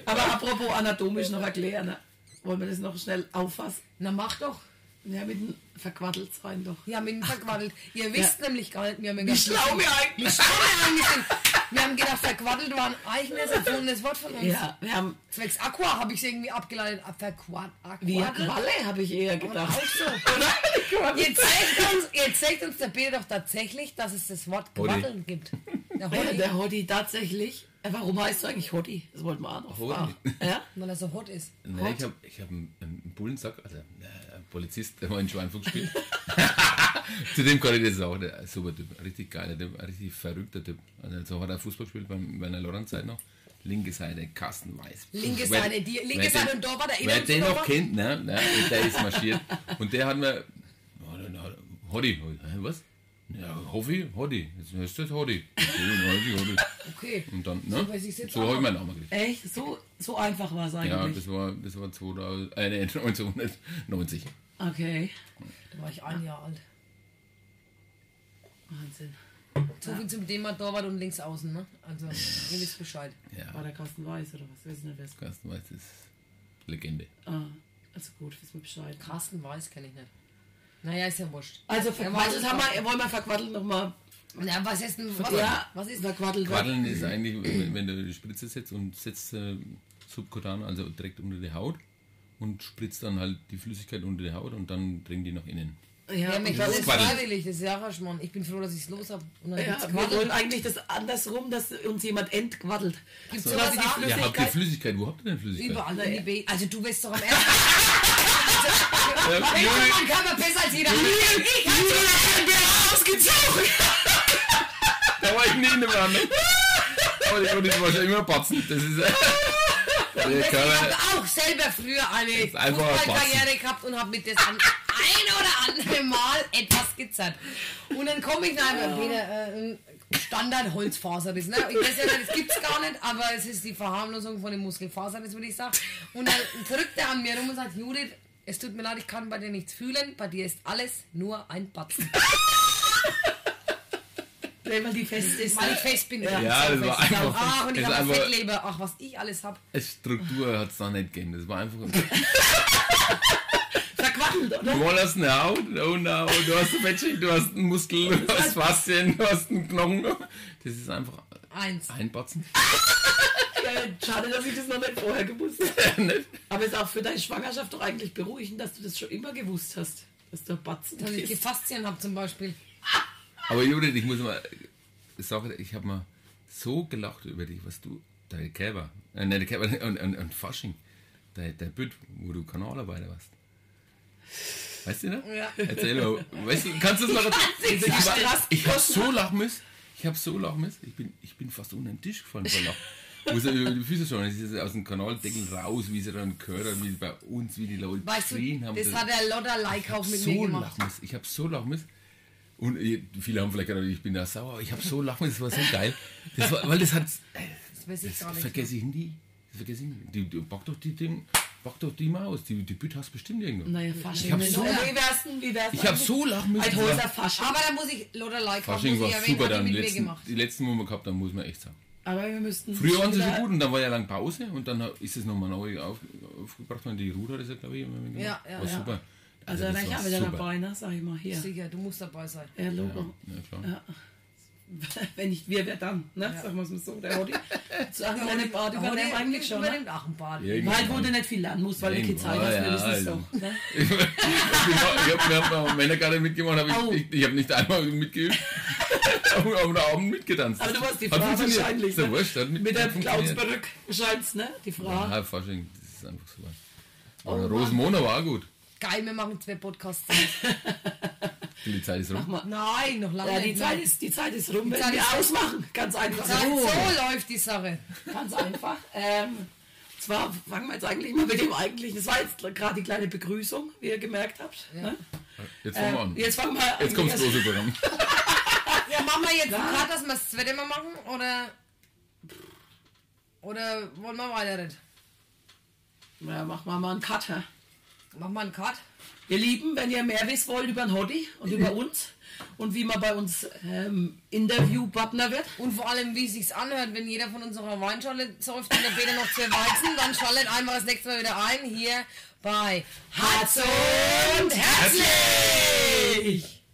Speaker 2: Aber apropos anatomisch noch erklären. Ne? Wollen wir das noch schnell auffassen?
Speaker 1: Na mach doch.
Speaker 2: Ja, mit dem verquaddelt sein doch.
Speaker 1: Ja, mit dem verquaddelt. Ihr wisst nämlich gar nicht, wir haben ja ganz
Speaker 2: schlau wir eigentlich
Speaker 1: Schau mal, wir sind- Wir haben gedacht, verquaddelt war ein eigenes erfundenes Wort von uns.
Speaker 2: Ja, wir haben,
Speaker 1: Zwecks Aqua habe ich es irgendwie abgeleitet. Ah, Verquad,
Speaker 2: wie
Speaker 1: Aquaddel.
Speaker 2: Qualle habe ich eher gedacht.
Speaker 1: Auch so.
Speaker 2: [laughs]
Speaker 1: Jetzt zeigt, uns, jetzt zeigt uns der Peter doch tatsächlich, dass es das Wort
Speaker 3: Hoddy.
Speaker 1: Quaddeln gibt. Der
Speaker 2: [laughs] Ja,
Speaker 1: Hoddy,
Speaker 2: der Hottie tatsächlich. Äh, Warum heißt du eigentlich Hottie? Das wollten wir auch noch
Speaker 3: Hottie.
Speaker 2: fragen. Ja?
Speaker 1: weil er so hot ist.
Speaker 3: Nee, ich habe ich hab einen, einen Bullensack, also äh, einen Polizist, der mal in
Speaker 1: [laughs]
Speaker 3: Schweinfurt spielt. [laughs] Zu dem kann ich das auch. Der ist ein super Typ, ein richtig geiler Typ, ein richtig verrückter Typ. Also so hat er Fußball gespielt beim Werner Lorenz Zeit noch. Linke Seite, Kastenweiß.
Speaker 1: Linke
Speaker 3: Wer-
Speaker 1: Seite, die- linke
Speaker 3: wer
Speaker 1: Seite
Speaker 3: den-
Speaker 1: und da war der
Speaker 3: Wer den noch
Speaker 1: Innenverteidiger.
Speaker 3: kennt, ne? ne der ist marschiert. Und der hat mir. Oh, dann hat- Hoddy. Hä, Was? Ja, Hoffi, Hoddy. Jetzt heißt
Speaker 1: [laughs]
Speaker 3: das Hoddy. Ja, weiß ich, Hoddy.
Speaker 1: Okay.
Speaker 3: Und dann, ne?
Speaker 1: weiß ich's jetzt
Speaker 3: So
Speaker 1: auch.
Speaker 3: habe ich meinen Namen gekriegt.
Speaker 2: Echt? So, so einfach war es
Speaker 3: Ja,
Speaker 2: eigentlich.
Speaker 3: das war, das war 2000, äh, nee, [laughs] 1990.
Speaker 2: okay.
Speaker 1: Da war ich ein Jahr alt.
Speaker 2: Wahnsinn.
Speaker 1: So viel zum Thema Torwart und links außen, ne? Also, ihr wisst Bescheid.
Speaker 2: War
Speaker 3: Ja,
Speaker 2: der Carsten Weiß oder was? Wissen wir wer es
Speaker 3: Carsten Weiß ist Legende.
Speaker 2: Ah, also gut, wissen wir Bescheid.
Speaker 1: Carsten Weiß kenne ich nicht. Naja, ist ja wurscht.
Speaker 2: Also
Speaker 1: Ja,
Speaker 2: verquaddelt
Speaker 1: war-
Speaker 2: haben wir, wollen wir verquaddelt nochmal.
Speaker 1: Na, was ist denn. Was,
Speaker 2: Ja,
Speaker 1: was ist
Speaker 2: verquaddelt?
Speaker 3: Quaddeln ist eigentlich, wenn wenn du die Spritze setzt und setzt äh, subkutan, also direkt unter die Haut und spritzt dann halt die Flüssigkeit unter die Haut und dann dringen die nach innen.
Speaker 1: Ja,
Speaker 2: Ja,
Speaker 1: mir
Speaker 2: und
Speaker 1: das
Speaker 2: das
Speaker 1: ist
Speaker 3: Quaddeln.
Speaker 1: freiwillig, das ist ja rasch, Mann. Ich bin froh, dass ich es los habe. Und dann
Speaker 2: ja,
Speaker 1: gibt's
Speaker 2: wir
Speaker 1: Quaddeln.
Speaker 2: wollen eigentlich das andersrum, dass uns jemand entquaddelt.
Speaker 1: Gibt's
Speaker 2: So,
Speaker 1: sowas
Speaker 2: dass sie die
Speaker 1: auch?
Speaker 2: Flüssigkeit-
Speaker 3: Ja, habt ihr Flüssigkeit? Wo habt ihr denn Flüssigkeit?
Speaker 1: Überall in die
Speaker 2: Ja.
Speaker 1: Be Also, du bist doch am ersten.
Speaker 3: Ja, Juri,
Speaker 1: mein Körper besser als jeder andere. Ich hab
Speaker 3: da war ich nie in
Speaker 2: [laughs]
Speaker 3: dem anderen. Aber ich konnte wahrscheinlich immer patzen. Das ist, der
Speaker 1: Ich habe
Speaker 3: Körper,
Speaker 1: auch selber früher eine
Speaker 3: Ist einfach
Speaker 1: Fußballkarriere gehabt und habe mit das an ein oder andere Mal etwas gezerrt. Und dann komme ich nach einem äh, Standard Holzfaserriss. Ne? Ich weiß ja, nicht, das gibt's gar nicht, aber es ist die Verharmlosung von dem Muskelfaserriss, würde ich sagen. Und dann drückt er an mir rum und sagt, Judith, es tut mir leid, ich kann bei dir nichts fühlen, bei dir ist alles nur ein Batzen,
Speaker 2: Wenn man die fest ist.
Speaker 1: weil ich fest bin.
Speaker 2: Ja,
Speaker 3: Ja, das war einfach-
Speaker 1: Ach, und ich
Speaker 3: das
Speaker 1: habe
Speaker 3: ist
Speaker 1: eine
Speaker 3: einfach-
Speaker 1: Fettleber. Ach, was ich alles habe.
Speaker 3: Struktur hat es da nicht gegeben. Das war einfach.
Speaker 2: Verquaddelt, oder?
Speaker 3: Du hast eine Haut, oh no, du hast ein Matching, du hast einen Muskel, du hast Faszien, du hast einen Knochen. Das ist einfach
Speaker 1: Eins.
Speaker 3: [laughs] einbatzen.
Speaker 2: Ja, Schade, dass ich das noch nicht vorher gewusst habe. Aber es ist auch für deine Schwangerschaft doch eigentlich beruhigend, dass du das schon immer gewusst hast, dass du ein Batzen
Speaker 1: Dass ich die
Speaker 2: bist.
Speaker 1: Faszien habe zum Beispiel.
Speaker 3: Aber Judith, ich muss mal sagen, ich habe mal so gelacht über dich, was du, deine Käfer, äh, nein, die Käfer und, und, und Fasching, dein, dein Büt, wo du Kanalarbeiter warst. Weißt du, ne?
Speaker 1: Ja.
Speaker 3: Erzähl mal, weißt du, kannst du es noch
Speaker 2: nicht
Speaker 3: ich, war-
Speaker 2: verstanden.
Speaker 3: ich hab so lachen müssen, ich hab so lachen müssen, ich bin, ich bin fast unter den Tisch gefallen vor Lachen. Wo sie über die Füße schon, es ist aus dem Kanaldeckel raus, wie sie dann gehört haben, wie bei uns, wie die Leute
Speaker 1: Weißt du,
Speaker 3: geschrien haben.
Speaker 1: das hat der Lotta Like auch mit
Speaker 3: so
Speaker 1: mir gemacht.
Speaker 3: lachen müssen. Ich habe so lachen müssen. Und eh, viele haben vielleicht gedacht, ich bin da sauer, aber ich habe so lachen müssen, das war so geil. Das war, weil das hat.
Speaker 1: [laughs] Das weiß ich
Speaker 3: Das
Speaker 1: gar nicht.
Speaker 3: vergesse ich nie. Das vergesse ich nie. Die, die, pack doch die Ding, pack doch die mal aus. Die, die Büt hast bestimmt irgendwo.
Speaker 2: Naja, Fasching.
Speaker 3: Ich hab so-
Speaker 2: Wie wär's denn? Wie wär's
Speaker 3: Ich habe so lachen müssen.
Speaker 2: Ein Häuser Fasching.
Speaker 1: Aber da muss ich Lotta Like
Speaker 3: Fasching
Speaker 1: muss
Speaker 3: war
Speaker 1: ich erwähnen,
Speaker 3: super
Speaker 1: hat die
Speaker 3: dann.
Speaker 1: mit
Speaker 3: Die
Speaker 1: mir
Speaker 3: letzten,
Speaker 1: gemacht.
Speaker 3: die letzten, wo wir gehabt haben, muss man echt sagen.
Speaker 2: Aber wir müssten.
Speaker 3: Früher waren sie schon
Speaker 2: wieder-
Speaker 3: gut und dann war ja lang Pause und dann ist es nochmal neu auf, aufgebracht worden. Die Ruder ist ja, glaube ich, immer mitgemacht.
Speaker 1: Ja, ja,
Speaker 3: War
Speaker 1: ja.
Speaker 3: super.
Speaker 2: Also, da
Speaker 3: das
Speaker 2: wäre ich
Speaker 3: war
Speaker 2: auch wieder
Speaker 3: super.
Speaker 2: dabei, ne? Sag ich mal hier.
Speaker 1: Sicher, du musst dabei sein.
Speaker 2: Ja,
Speaker 3: Ja,
Speaker 2: Logo.
Speaker 3: ja, klar.
Speaker 2: [laughs] Wenn nicht wir, wer dann? Ne? Sagen wir es mal so.
Speaker 1: [laughs]
Speaker 2: Der Audi. Zu einer Party war der eigentlich schon. Ne?
Speaker 1: Übernimmt auch ein Bad.
Speaker 3: Ja,
Speaker 2: Weil wo du nicht viel lernen musst, weil du keine Zeit hast, wir wissen
Speaker 3: also.
Speaker 2: es doch. Ne?
Speaker 3: Ich, bin auch- ich habe mir am Männergarten mitgemacht,
Speaker 2: Au.
Speaker 3: hab ich, ich, ich habe nicht einmal
Speaker 2: [laughs]
Speaker 3: mitgeübt. Aber am Abend mitgetanzt.
Speaker 2: Aber du warst die
Speaker 3: Hat
Speaker 2: Frau
Speaker 3: funktioniert.
Speaker 2: wahrscheinlich.
Speaker 3: Ist ja
Speaker 2: ne?
Speaker 3: wurscht, hat mit,
Speaker 2: Mit der
Speaker 3: hat funktioniert.
Speaker 2: Klaunsberg scheint's, ne? Die Frau. Oh
Speaker 3: Ja, Fasching, das ist einfach super. Aber Rosenmona war auch gut.
Speaker 1: Geil, wir machen zwei Podcasts.
Speaker 3: Die Zeit ist rum.
Speaker 2: mal.
Speaker 1: Nein, noch lange
Speaker 2: Ja, die
Speaker 1: nicht.
Speaker 2: Zeit ist, die Zeit ist rum,
Speaker 1: Zeit
Speaker 2: wenn wir
Speaker 1: ist-
Speaker 2: ausmachen. Ganz einfach.
Speaker 1: Zeit,
Speaker 2: So.
Speaker 1: so läuft die Sache.
Speaker 2: [laughs] Ganz einfach. Ähm, und zwar fangen wir jetzt eigentlich mal mit dem eigentlichen. Das war jetzt gerade die kleine Begrüßung, wie ihr gemerkt habt. Ne?
Speaker 3: Jetzt fangen wir an.
Speaker 2: Ähm, jetzt fangen wir
Speaker 3: Jetzt kommt's
Speaker 2: eigentlich
Speaker 3: los über
Speaker 2: [laughs]
Speaker 1: Ja, machen wir jetzt gerade, dass wir das zweite Mal machen? Oder, oder wollen wir weiter reden?
Speaker 2: erst- Ja, machen wir mal einen Cutter.
Speaker 1: Mach mal einen Cut.
Speaker 2: Ihr Lieben, wenn ihr mehr wissen wollt über den Hottie und über uns und wie man bei uns ähm, Interviewpartner wird,
Speaker 1: Und vor allem, wie es sich anhört, wenn jeder von unserer Weinschale säuft und der Peter noch zwei Weizen, dann schaltet einmal das nächste Mal wieder ein hier bei Herz und Herzlich!
Speaker 2: ich.